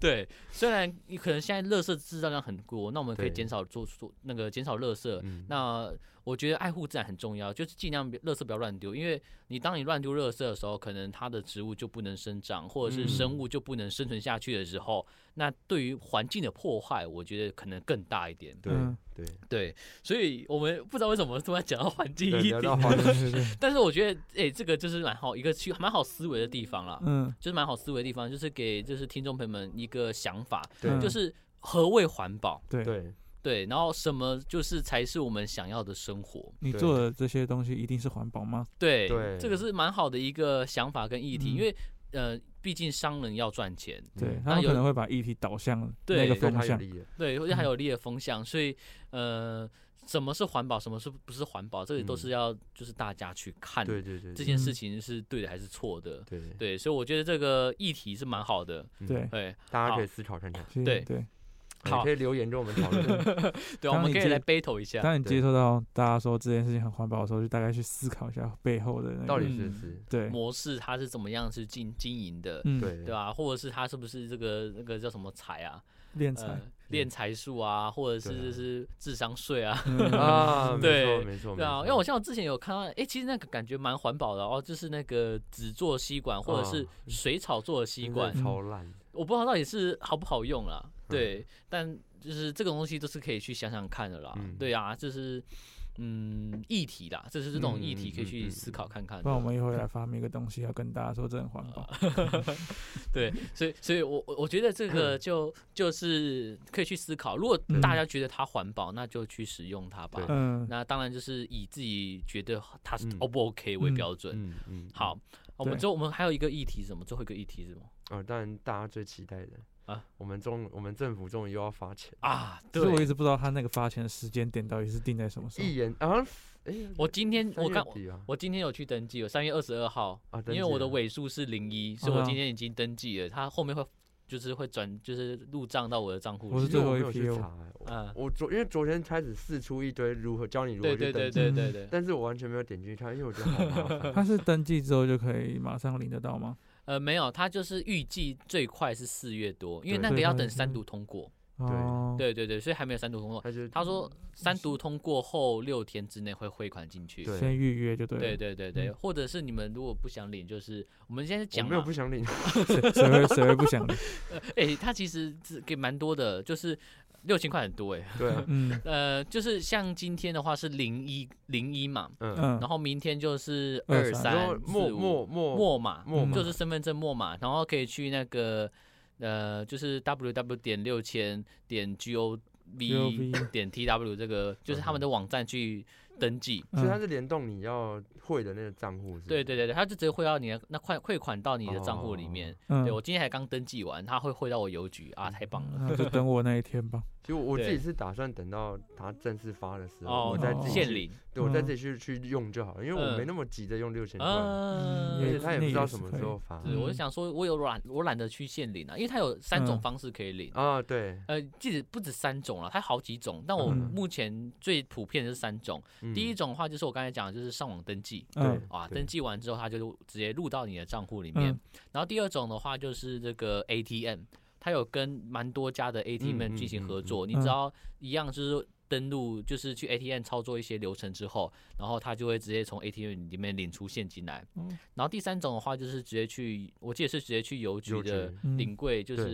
Speaker 1: 对，虽然你可能现在垃圾制造量很多，那我们可以
Speaker 2: 对
Speaker 1: 减少做做那个减少垃圾。
Speaker 2: 嗯，
Speaker 1: 那我觉得爱护自然很重要，就是尽量别垃圾不要乱丢，因为你当你乱丢垃圾的时候，可能它的植物就不能生长，或者是生
Speaker 3: 嗯
Speaker 1: 物就不能生存下去的时候，那对于环境的破坏，我觉得可能更大一点。
Speaker 2: 对
Speaker 3: 嗯
Speaker 2: 对，
Speaker 1: 对，所以我们不知道为什么突然讲到环境
Speaker 2: 对
Speaker 1: 议
Speaker 2: 聊到
Speaker 1: 题，
Speaker 2: 环境，
Speaker 3: 对对，
Speaker 1: 但是我觉得，哎、这个就是蛮好一个去蛮好思维的地方啦。
Speaker 3: 嗯，
Speaker 1: 就是蛮好思维的地方，就是给就是听众朋友们一个想法，
Speaker 2: 对
Speaker 1: 就
Speaker 3: 嗯
Speaker 1: 是何谓环保？
Speaker 3: 对，
Speaker 2: 对
Speaker 1: 对，然后什么就是才是我们想要的生活？
Speaker 3: 你
Speaker 2: 对
Speaker 3: 做的这些东西一定是环保吗？
Speaker 1: 对，
Speaker 2: 对
Speaker 1: 这个是蛮好的一个想法跟议题，
Speaker 3: 嗯
Speaker 1: 因为呃，毕竟商人要赚钱，
Speaker 3: 对
Speaker 2: 嗯
Speaker 3: 他
Speaker 1: 那
Speaker 3: 们
Speaker 1: 有
Speaker 3: 可能会把议题导向
Speaker 1: 对
Speaker 3: 那个
Speaker 2: 对
Speaker 3: 方
Speaker 2: 他有
Speaker 3: 向，
Speaker 2: 利的，
Speaker 1: 对，或者还
Speaker 3: 嗯
Speaker 1: 有利的风向，所以呃，什么是环保，什么是不是环保，这个都
Speaker 2: 嗯
Speaker 1: 是要就是大家去看
Speaker 2: 对对对，
Speaker 1: 这
Speaker 2: 对
Speaker 1: 件
Speaker 3: 嗯
Speaker 1: 事情是对的还是错的。
Speaker 2: 对对
Speaker 1: 对，所以我觉得这个议题是蛮好的。
Speaker 2: 嗯
Speaker 3: 对
Speaker 1: 对，
Speaker 2: 大家
Speaker 1: 好
Speaker 2: 可以思考看看，
Speaker 3: 其实
Speaker 1: 对
Speaker 3: 对。
Speaker 1: 好
Speaker 2: 也可以留言跟我们讨论。
Speaker 1: 对啊，我
Speaker 3: 嗯当
Speaker 1: 们
Speaker 3: 你
Speaker 1: 可以
Speaker 3: 接
Speaker 1: 来 battle 一下。
Speaker 3: 当你
Speaker 2: 对
Speaker 3: 接受到大家说这件事情很环保的时候，就大概去思考一下背后的那个
Speaker 2: 到底是
Speaker 1: 嗯
Speaker 2: 不是？
Speaker 3: 对，
Speaker 1: 模式它是怎么样去经经营的，
Speaker 3: 嗯，
Speaker 2: 对
Speaker 1: 对吧、啊或者是它是不是这个那个叫什么财啊，
Speaker 3: 敛
Speaker 1: 呃
Speaker 3: 财，
Speaker 1: 敛财术啊，或者是
Speaker 2: 对啊
Speaker 1: 就是智商税啊，
Speaker 3: 嗯
Speaker 2: 啊，没
Speaker 1: 对
Speaker 2: 错没错，
Speaker 1: 对啊，因
Speaker 2: 没
Speaker 1: 为
Speaker 2: 错
Speaker 1: 我像我之前有看到，哎、其实那个感觉蛮环保的哦，就是那个纸做吸管或者是
Speaker 2: 哦
Speaker 1: 水草做的吸
Speaker 2: 真的
Speaker 1: 管，
Speaker 2: 超烂，
Speaker 1: 我不知道到底是好不好用啦，
Speaker 2: 嗯
Speaker 1: 对，但就是这个东西都是可以去想想看的啦，
Speaker 2: 嗯
Speaker 1: 对啊，就是嗯议题啦，这是这种议题可以
Speaker 2: 嗯嗯嗯
Speaker 1: 去
Speaker 2: 嗯
Speaker 1: 思考看看
Speaker 3: 不
Speaker 1: 的。
Speaker 3: 然我们一会儿来发明一个东西，要跟大家说这很环保。
Speaker 2: 啊
Speaker 1: 对，所以所以我，我我觉得这个就就是可以去思考，如果
Speaker 3: 嗯
Speaker 1: 大家觉得它环保，那就去使用它吧。
Speaker 3: 嗯，
Speaker 1: 那当然就是以自己觉得它是
Speaker 2: 嗯
Speaker 1: O 不 OK 为
Speaker 3: 嗯
Speaker 1: 标准。
Speaker 2: 嗯嗯，
Speaker 1: 好，我们
Speaker 3: 对
Speaker 1: 最后我们还有一个议题是什么？最后一个议题是什么？
Speaker 2: 啊，当然大家最期待的
Speaker 1: 啊，
Speaker 2: 我们中我们政府终于又要发钱，
Speaker 1: 啊，
Speaker 3: 其实我一
Speaker 1: 对，
Speaker 3: 直不知道他那个发钱的时间点到底是定在什么时候
Speaker 2: 一。言啊，哎，
Speaker 1: 我今天
Speaker 2: 三
Speaker 1: 我
Speaker 2: 月
Speaker 1: 刚
Speaker 2: 底啊，
Speaker 1: 我今天有去登记，我三月二十二号，
Speaker 2: 啊，
Speaker 1: 因
Speaker 2: 登
Speaker 1: 为
Speaker 2: 记
Speaker 1: 我的
Speaker 2: 了
Speaker 1: 尾数是零一，所以
Speaker 3: 哦
Speaker 1: 我
Speaker 3: 对啊
Speaker 1: 今天已经登记了，它后面会就是会转就是入账到我的账户
Speaker 3: 我
Speaker 1: 里
Speaker 3: 是
Speaker 2: 其
Speaker 1: 面。
Speaker 2: 实
Speaker 3: 最后
Speaker 2: 没
Speaker 3: 一
Speaker 2: 有去
Speaker 3: 批哦
Speaker 2: 查欸我
Speaker 1: 嗯，
Speaker 2: 我昨因为昨天开始试出一堆如何教你如何
Speaker 1: 对对
Speaker 2: 去
Speaker 1: 对
Speaker 2: 登记，
Speaker 1: 对对对。
Speaker 2: 但是我完全没有点进去看，因为我觉得好麻 烦。
Speaker 3: 他是登记之后就可以马上领得到吗？
Speaker 1: 呃，没有，它就是预计最快是四月多，因为
Speaker 2: 对
Speaker 1: 那个
Speaker 3: 最
Speaker 1: 要
Speaker 3: 快
Speaker 1: 等
Speaker 3: 是
Speaker 1: 三读通过。
Speaker 3: 哦，
Speaker 1: 对对对，所以还没有三读通过。
Speaker 2: 他就
Speaker 1: 他说三读通过后六天之内会汇款进去。
Speaker 2: 对
Speaker 3: 先预约就对了。
Speaker 1: 对对对对
Speaker 3: 嗯
Speaker 1: 或者是你们如果不想领，就是我们现在
Speaker 2: 我
Speaker 1: 讲
Speaker 2: 没有
Speaker 1: 嘛
Speaker 2: 不，想领，
Speaker 3: 谁谁会谁会不想领？
Speaker 1: 哎、他其实是给蛮多的，就是六千块很多哎、
Speaker 2: 对啊，
Speaker 3: 嗯
Speaker 1: 呃，就是像今天的话是零一零一嘛，
Speaker 2: 嗯，
Speaker 3: 嗯
Speaker 1: 然，后明天就是二
Speaker 3: 23
Speaker 2: 然后
Speaker 1: 三
Speaker 2: 末末末
Speaker 1: 末码，
Speaker 2: 末
Speaker 3: 嗯
Speaker 1: 就
Speaker 2: 嘛
Speaker 1: 是身份证末码，然后可以去那个呃，就是 w w 点六千点 g o v
Speaker 3: GOV
Speaker 1: 点 t w 这个，就是他们的网站去登记。
Speaker 2: 所以它
Speaker 3: 嗯
Speaker 2: 是联动你要汇的那个账户，是
Speaker 1: 对
Speaker 2: 不
Speaker 1: 对
Speaker 2: 是，
Speaker 1: 对对，他就直接汇到你的那快汇款到你的账户里
Speaker 2: 哦
Speaker 1: 面。对我
Speaker 3: 嗯，
Speaker 1: 今天才刚登记完，他会汇到我邮局啊，太棒了！
Speaker 3: 那就等我那一天吧。
Speaker 2: 其实我我自己
Speaker 1: 对
Speaker 2: 是打算等到它正式发的时候，
Speaker 1: 哦
Speaker 2: 嗯我再自己
Speaker 1: 限
Speaker 2: 去，
Speaker 1: 领，
Speaker 2: 对我再
Speaker 3: 嗯
Speaker 2: 自己去去用就好了，因为我没
Speaker 1: 嗯
Speaker 2: 那么急着用六千块，
Speaker 1: 嗯
Speaker 3: 嗯，
Speaker 2: 而且他也不知道
Speaker 3: 也是
Speaker 2: 什么
Speaker 3: 可以
Speaker 2: 时候发
Speaker 1: 是，我就
Speaker 3: 嗯
Speaker 1: 想说，我有懒，我懒得去限领啊，因为它有三种
Speaker 3: 嗯
Speaker 1: 方式可以领。
Speaker 2: 啊，对，
Speaker 1: 呃，即使不止三种了，它好几种，但我
Speaker 3: 嗯
Speaker 1: 目前最普遍的是三种。第一
Speaker 2: 嗯
Speaker 1: 种的话就是我刚才讲，的，就是上网登记
Speaker 3: 嗯
Speaker 2: 对
Speaker 1: 啊，登记完之后它就直接入到你的账户里面。
Speaker 3: 嗯
Speaker 1: 然后第二种的话就是这个 ATM，它有跟蛮多家的 ATM 进行合作，
Speaker 3: 嗯
Speaker 1: 你只要一样就是登录，就是去 ATM 操作一些流程之后，然后它就会直接从 ATM 里面领出现金来。
Speaker 2: 哦
Speaker 3: 嗯
Speaker 1: 然后第三种的话就是直接去，我记得是直接去邮局
Speaker 2: 邮
Speaker 1: 的
Speaker 2: 局
Speaker 3: 嗯
Speaker 1: 领柜，就
Speaker 2: 对
Speaker 1: 是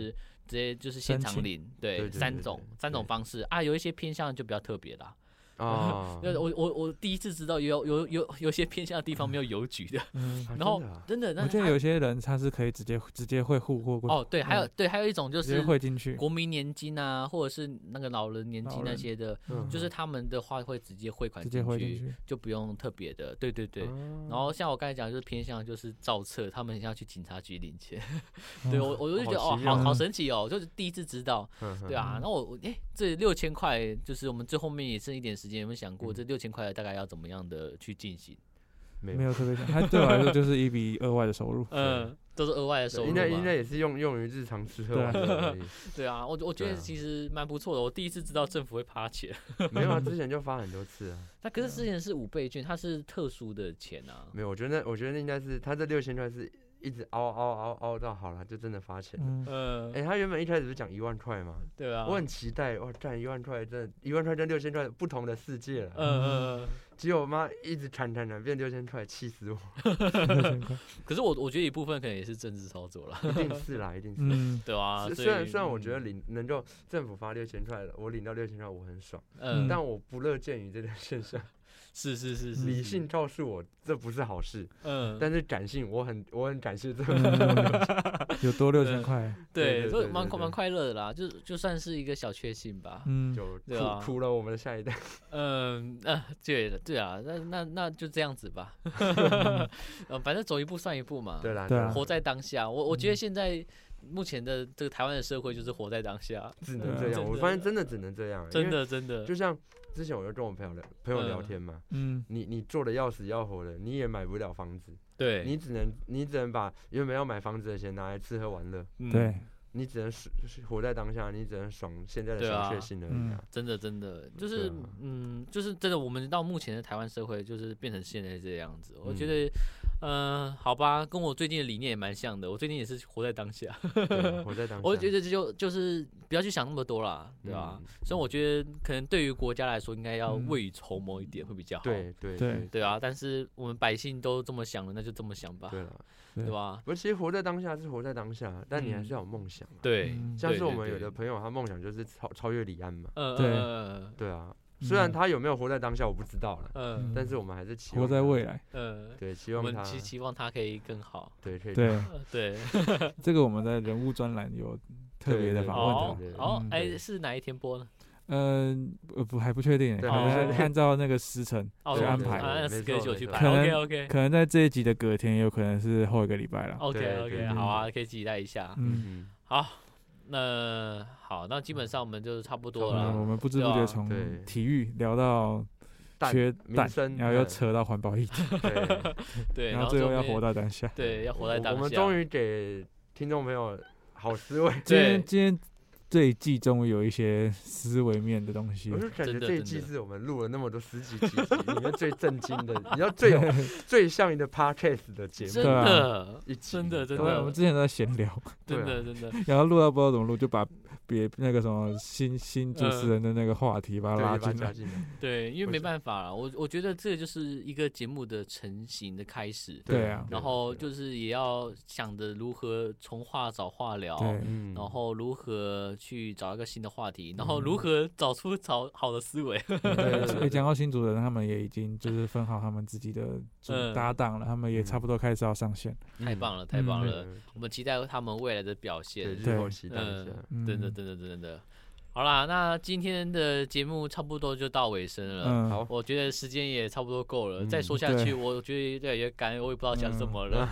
Speaker 1: 直接就是现
Speaker 3: 申
Speaker 1: 场
Speaker 3: 请
Speaker 1: 领，对，
Speaker 2: 对对
Speaker 1: 三
Speaker 2: 对
Speaker 1: 种
Speaker 2: 对
Speaker 1: 三种
Speaker 2: 对
Speaker 1: 方式啊，有一些偏向就比较特别啦。
Speaker 2: 啊，
Speaker 1: 那我我我第一次知道有有有有些偏向的地方没有邮局的，
Speaker 3: 嗯，
Speaker 2: 啊
Speaker 1: 然后
Speaker 2: 真的
Speaker 1: 真的，
Speaker 2: 啊
Speaker 1: 那
Speaker 3: 我记得
Speaker 1: 它
Speaker 3: 有嗯些人他是可以直接直接会互过过，
Speaker 1: 哦，对，还有对，还有一种就
Speaker 3: 直接
Speaker 1: 是
Speaker 3: 汇进去。
Speaker 1: 国民年金啊，或者是那个老人年金
Speaker 3: 老
Speaker 1: 那
Speaker 3: 人
Speaker 1: 些的，
Speaker 2: 嗯
Speaker 1: 就是他们的话会直接汇款
Speaker 3: 直接汇进
Speaker 1: 去，
Speaker 3: 去，哦
Speaker 1: 就不用特别的，对对对。
Speaker 2: 然
Speaker 1: 然后像我刚才讲，就是偏向就是造册，他们很像去警察局领钱。对我，我就觉得
Speaker 2: 好
Speaker 1: 哦，
Speaker 2: 奇
Speaker 1: 好好
Speaker 3: 妙嗯
Speaker 1: 神奇哦，就是第一次知道，
Speaker 2: 嗯
Speaker 1: 对啊。那我我哎，这六千块，就是我们最后面也剩一点时间，有没有想过
Speaker 2: 嗯
Speaker 1: 这六千块大概要怎么样的去进行？
Speaker 2: 没
Speaker 3: 没
Speaker 2: 有，
Speaker 3: 有特别想，他对我来说就是一笔额外的收入。
Speaker 1: 嗯，都是额外的收入
Speaker 2: 应
Speaker 1: 嘛
Speaker 2: 该。应该也是用用于日常吃喝玩乐而已。
Speaker 1: 对啊，我我觉
Speaker 2: 对
Speaker 1: 得
Speaker 2: 啊
Speaker 1: 其实蛮不错的。我第一次知道政府会趴钱，
Speaker 2: 没有啊，之前就发很多次啊。
Speaker 1: 那可是之前是五倍券，它是特殊的钱啊。
Speaker 2: 没有，我觉得我觉得应该是他这六千块是一直凹凹凹凹到好了，就真的发钱。
Speaker 3: 嗯，
Speaker 1: 嗯
Speaker 2: 哎、，他原本一开始是讲一万块嘛，
Speaker 1: 对啊。
Speaker 2: 我很期待哇，赚一万块，真的，一万块跟六千块不同的世界了。
Speaker 1: 嗯嗯嗯。
Speaker 2: 结果我妈一直砍砍砍变六千块，气死我！
Speaker 1: 可是我我觉得一部分可能也是政治操作啦，
Speaker 2: 一定是 啦，一定是。
Speaker 3: 嗯，
Speaker 1: 对啊。
Speaker 2: 虽
Speaker 1: 所
Speaker 2: 虽然
Speaker 1: 以
Speaker 2: 虽然我觉得，领能够政府发六千块了，我领到六千块我很爽，
Speaker 1: 嗯，
Speaker 2: 但我不乐见于这个现象。
Speaker 1: 是是是是，
Speaker 2: 理
Speaker 1: 是
Speaker 2: 性，告诉我这不是好事，
Speaker 1: 嗯，
Speaker 2: 但是感性我很我很感谢这个。
Speaker 3: 嗯有多六千
Speaker 1: 对
Speaker 3: 块，
Speaker 2: 对
Speaker 1: 对，
Speaker 2: 对
Speaker 1: 所以
Speaker 2: 对
Speaker 1: 蛮
Speaker 2: 对
Speaker 1: 快
Speaker 2: 对
Speaker 1: 蛮快乐的啦，就就算是一个小确幸吧。
Speaker 3: 嗯，
Speaker 2: 就
Speaker 1: 对
Speaker 2: 苦
Speaker 1: 啊
Speaker 2: 苦了我们的下一代。
Speaker 1: 嗯，啊，对了，对啊，那那那就这样子 吧，呃，反正走一步算一步嘛，
Speaker 2: 对啦，
Speaker 3: 对啊
Speaker 2: 啦
Speaker 1: 活在当下。我我觉得
Speaker 3: 嗯
Speaker 1: 现在目前的这个台湾的社会就是活在当下，
Speaker 2: 只能
Speaker 3: 对啊
Speaker 2: 这样。
Speaker 1: 真
Speaker 2: 我
Speaker 1: 的
Speaker 2: 发现真的只能这样，
Speaker 1: 真。的真的
Speaker 2: 就，像之前我就跟我朋友聊朋友聊
Speaker 1: 嗯
Speaker 2: 天嘛，
Speaker 3: 嗯，
Speaker 2: 你你做的要死要活的，你也买不了房子，
Speaker 1: 对，
Speaker 2: 你只能你只能把原本要买房子的钱拿来吃喝玩乐，
Speaker 1: 嗯
Speaker 3: 对，，
Speaker 2: 你只能是是活在当下，你只能爽现在的
Speaker 1: 对
Speaker 2: 小
Speaker 1: 啊
Speaker 2: 确幸而已啊。
Speaker 1: 真的真的就
Speaker 2: 对
Speaker 1: 是
Speaker 2: 啊
Speaker 1: 嗯，就是真的，我们到目前的台湾社会就是变成现在这样子，我觉
Speaker 2: 嗯
Speaker 1: 得。嗯、好吧，跟我最近的理念也蛮像的。我最近也是活在当下，
Speaker 3: 嗯
Speaker 2: 对啊活在当下。
Speaker 1: 我觉得这就就是不要去想那么多啦，对吧、啊
Speaker 2: 嗯
Speaker 1: 所以我觉得可能对于国家来说，应该要
Speaker 3: 嗯
Speaker 1: 未雨绸缪一点会比较好。
Speaker 2: 对对
Speaker 3: 对
Speaker 2: 对
Speaker 1: 对啊，但是我们百姓都这么想了，那就这么想吧，
Speaker 2: 对了，
Speaker 1: 对吧？
Speaker 2: 不，其实活在当下是活在当下，但你还
Speaker 1: 嗯
Speaker 2: 是要有梦想啊。
Speaker 1: 对，
Speaker 3: 嗯
Speaker 2: 像
Speaker 1: 对
Speaker 2: 是我
Speaker 1: 对
Speaker 2: 们有
Speaker 1: 对
Speaker 2: 的朋友，他梦想就是超超越李安嘛。
Speaker 1: 嗯
Speaker 3: 对
Speaker 1: 嗯
Speaker 2: 对啊，虽然
Speaker 3: 嗯
Speaker 2: 他有没有活在当下，我不知道了，
Speaker 1: 嗯
Speaker 2: 但是我们还是期望
Speaker 3: 活在
Speaker 2: 他
Speaker 3: 未来，
Speaker 1: 嗯
Speaker 2: 对，希
Speaker 1: 嗯，我
Speaker 2: 望
Speaker 1: 们
Speaker 2: 他
Speaker 1: 期期望他可以更好。
Speaker 2: 对可以
Speaker 3: 对，
Speaker 1: 呃 对，
Speaker 3: 这个我们在人物专栏有特别的
Speaker 2: 对
Speaker 3: 访
Speaker 1: 哦
Speaker 3: 问
Speaker 2: 对对对
Speaker 1: 哦
Speaker 3: 嗯，
Speaker 1: 哎，
Speaker 2: 对
Speaker 1: 是哪一天播呢？
Speaker 3: 嗯，呃不还不确定耶，
Speaker 2: 对
Speaker 3: 可能
Speaker 1: 还不确
Speaker 3: 是
Speaker 1: 定
Speaker 3: 按照那个时辰
Speaker 1: 哦，
Speaker 3: 去
Speaker 2: 对
Speaker 3: 安
Speaker 2: 对
Speaker 3: 排，
Speaker 1: 啊，那
Speaker 2: 没
Speaker 1: schedule
Speaker 2: 错
Speaker 1: 去
Speaker 2: 没
Speaker 1: 排。
Speaker 3: 错
Speaker 1: OK OK
Speaker 3: 可能在这一集的隔天，也有可能是后一个礼拜了。
Speaker 1: OK
Speaker 2: 对对
Speaker 1: OK，
Speaker 2: 对
Speaker 1: 好啊，可以期待一下。
Speaker 3: 嗯，
Speaker 2: 嗯，
Speaker 1: 好，那好，那基本上我们就差不多
Speaker 2: 差不
Speaker 3: 那
Speaker 2: 多
Speaker 1: 了。
Speaker 3: 我们不知不
Speaker 1: 对啊
Speaker 3: 觉从
Speaker 2: 对
Speaker 3: 体育聊到
Speaker 2: 蛋
Speaker 3: 缺
Speaker 2: 民
Speaker 3: 蛋，
Speaker 2: 生，
Speaker 3: 然后又扯到环保议题，
Speaker 2: 嗯，对
Speaker 1: 对，
Speaker 3: 然后最
Speaker 1: 最
Speaker 3: 后
Speaker 1: 后
Speaker 3: 要
Speaker 1: 面
Speaker 3: 活在当下。
Speaker 1: 对，要活在
Speaker 2: 我
Speaker 1: 当下。
Speaker 2: 我们终于给听众朋友好思维，
Speaker 3: 今天
Speaker 1: 对
Speaker 3: 今天这一季终于有一些思维面的东西
Speaker 2: 我，就感觉
Speaker 1: 真的
Speaker 2: 这一
Speaker 1: 真
Speaker 2: 季
Speaker 1: 的
Speaker 2: 是我们录了那么多十几集里面最震惊的，你知道 最有最像一个 podcast 的节
Speaker 1: 真
Speaker 2: 目，
Speaker 3: 对啊
Speaker 1: 的，
Speaker 2: 一集
Speaker 1: 真的真
Speaker 3: 对，我
Speaker 1: 的
Speaker 3: 们之前都在闲聊，
Speaker 2: 对
Speaker 1: 真的
Speaker 2: 啊
Speaker 1: 真的，
Speaker 3: 然后录到不知道怎么录，就把别那个什么新新主持
Speaker 1: 嗯
Speaker 3: 人的那个话题把
Speaker 2: 对，
Speaker 3: 它
Speaker 2: 把
Speaker 3: 拉
Speaker 2: 它
Speaker 3: 进
Speaker 2: 加
Speaker 3: 来。
Speaker 2: 进来，
Speaker 1: 对，因为
Speaker 2: 我
Speaker 1: 没
Speaker 2: 觉
Speaker 1: 办法啦，我我觉得这就是一个节目的成型的开始，
Speaker 3: 对啊
Speaker 1: 然后就是也要想着如何从话找话聊，
Speaker 3: 对，
Speaker 2: 嗯
Speaker 1: 然后如何去找一个新的话题，
Speaker 3: 嗯
Speaker 1: 然后如何找出找好的思维，
Speaker 2: 对
Speaker 3: 对，讲到新主人，他们也已经就是分好他们自己的主
Speaker 1: 嗯
Speaker 3: 搭档了，他们也
Speaker 2: 嗯
Speaker 3: 差不多开始要上线。
Speaker 1: 太棒了，太棒
Speaker 3: 嗯
Speaker 1: 了，，我们期待他们未来的表
Speaker 2: 对
Speaker 1: 现
Speaker 2: 对，
Speaker 3: 对
Speaker 2: 日后期待一下，
Speaker 3: 嗯，
Speaker 1: 真的真的真的。好啦，那今天的节目差不多就到尾声了。
Speaker 3: 嗯，
Speaker 2: 好，
Speaker 1: 我觉得时间也差不多够了，
Speaker 2: 嗯
Speaker 1: 再说下去，
Speaker 3: 对嗯
Speaker 1: 我觉得越来越干，我也不知道讲什么 了。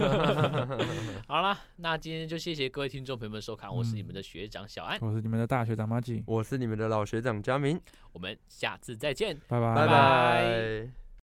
Speaker 1: 好啦，那今天就谢谢各位听众朋友们收看，我是你们的学长小安，
Speaker 3: 我是你们的大学长马景，
Speaker 2: 我是你们的老学长佳明，
Speaker 1: 我们下次再见。
Speaker 3: 拜拜
Speaker 1: 拜
Speaker 2: 拜。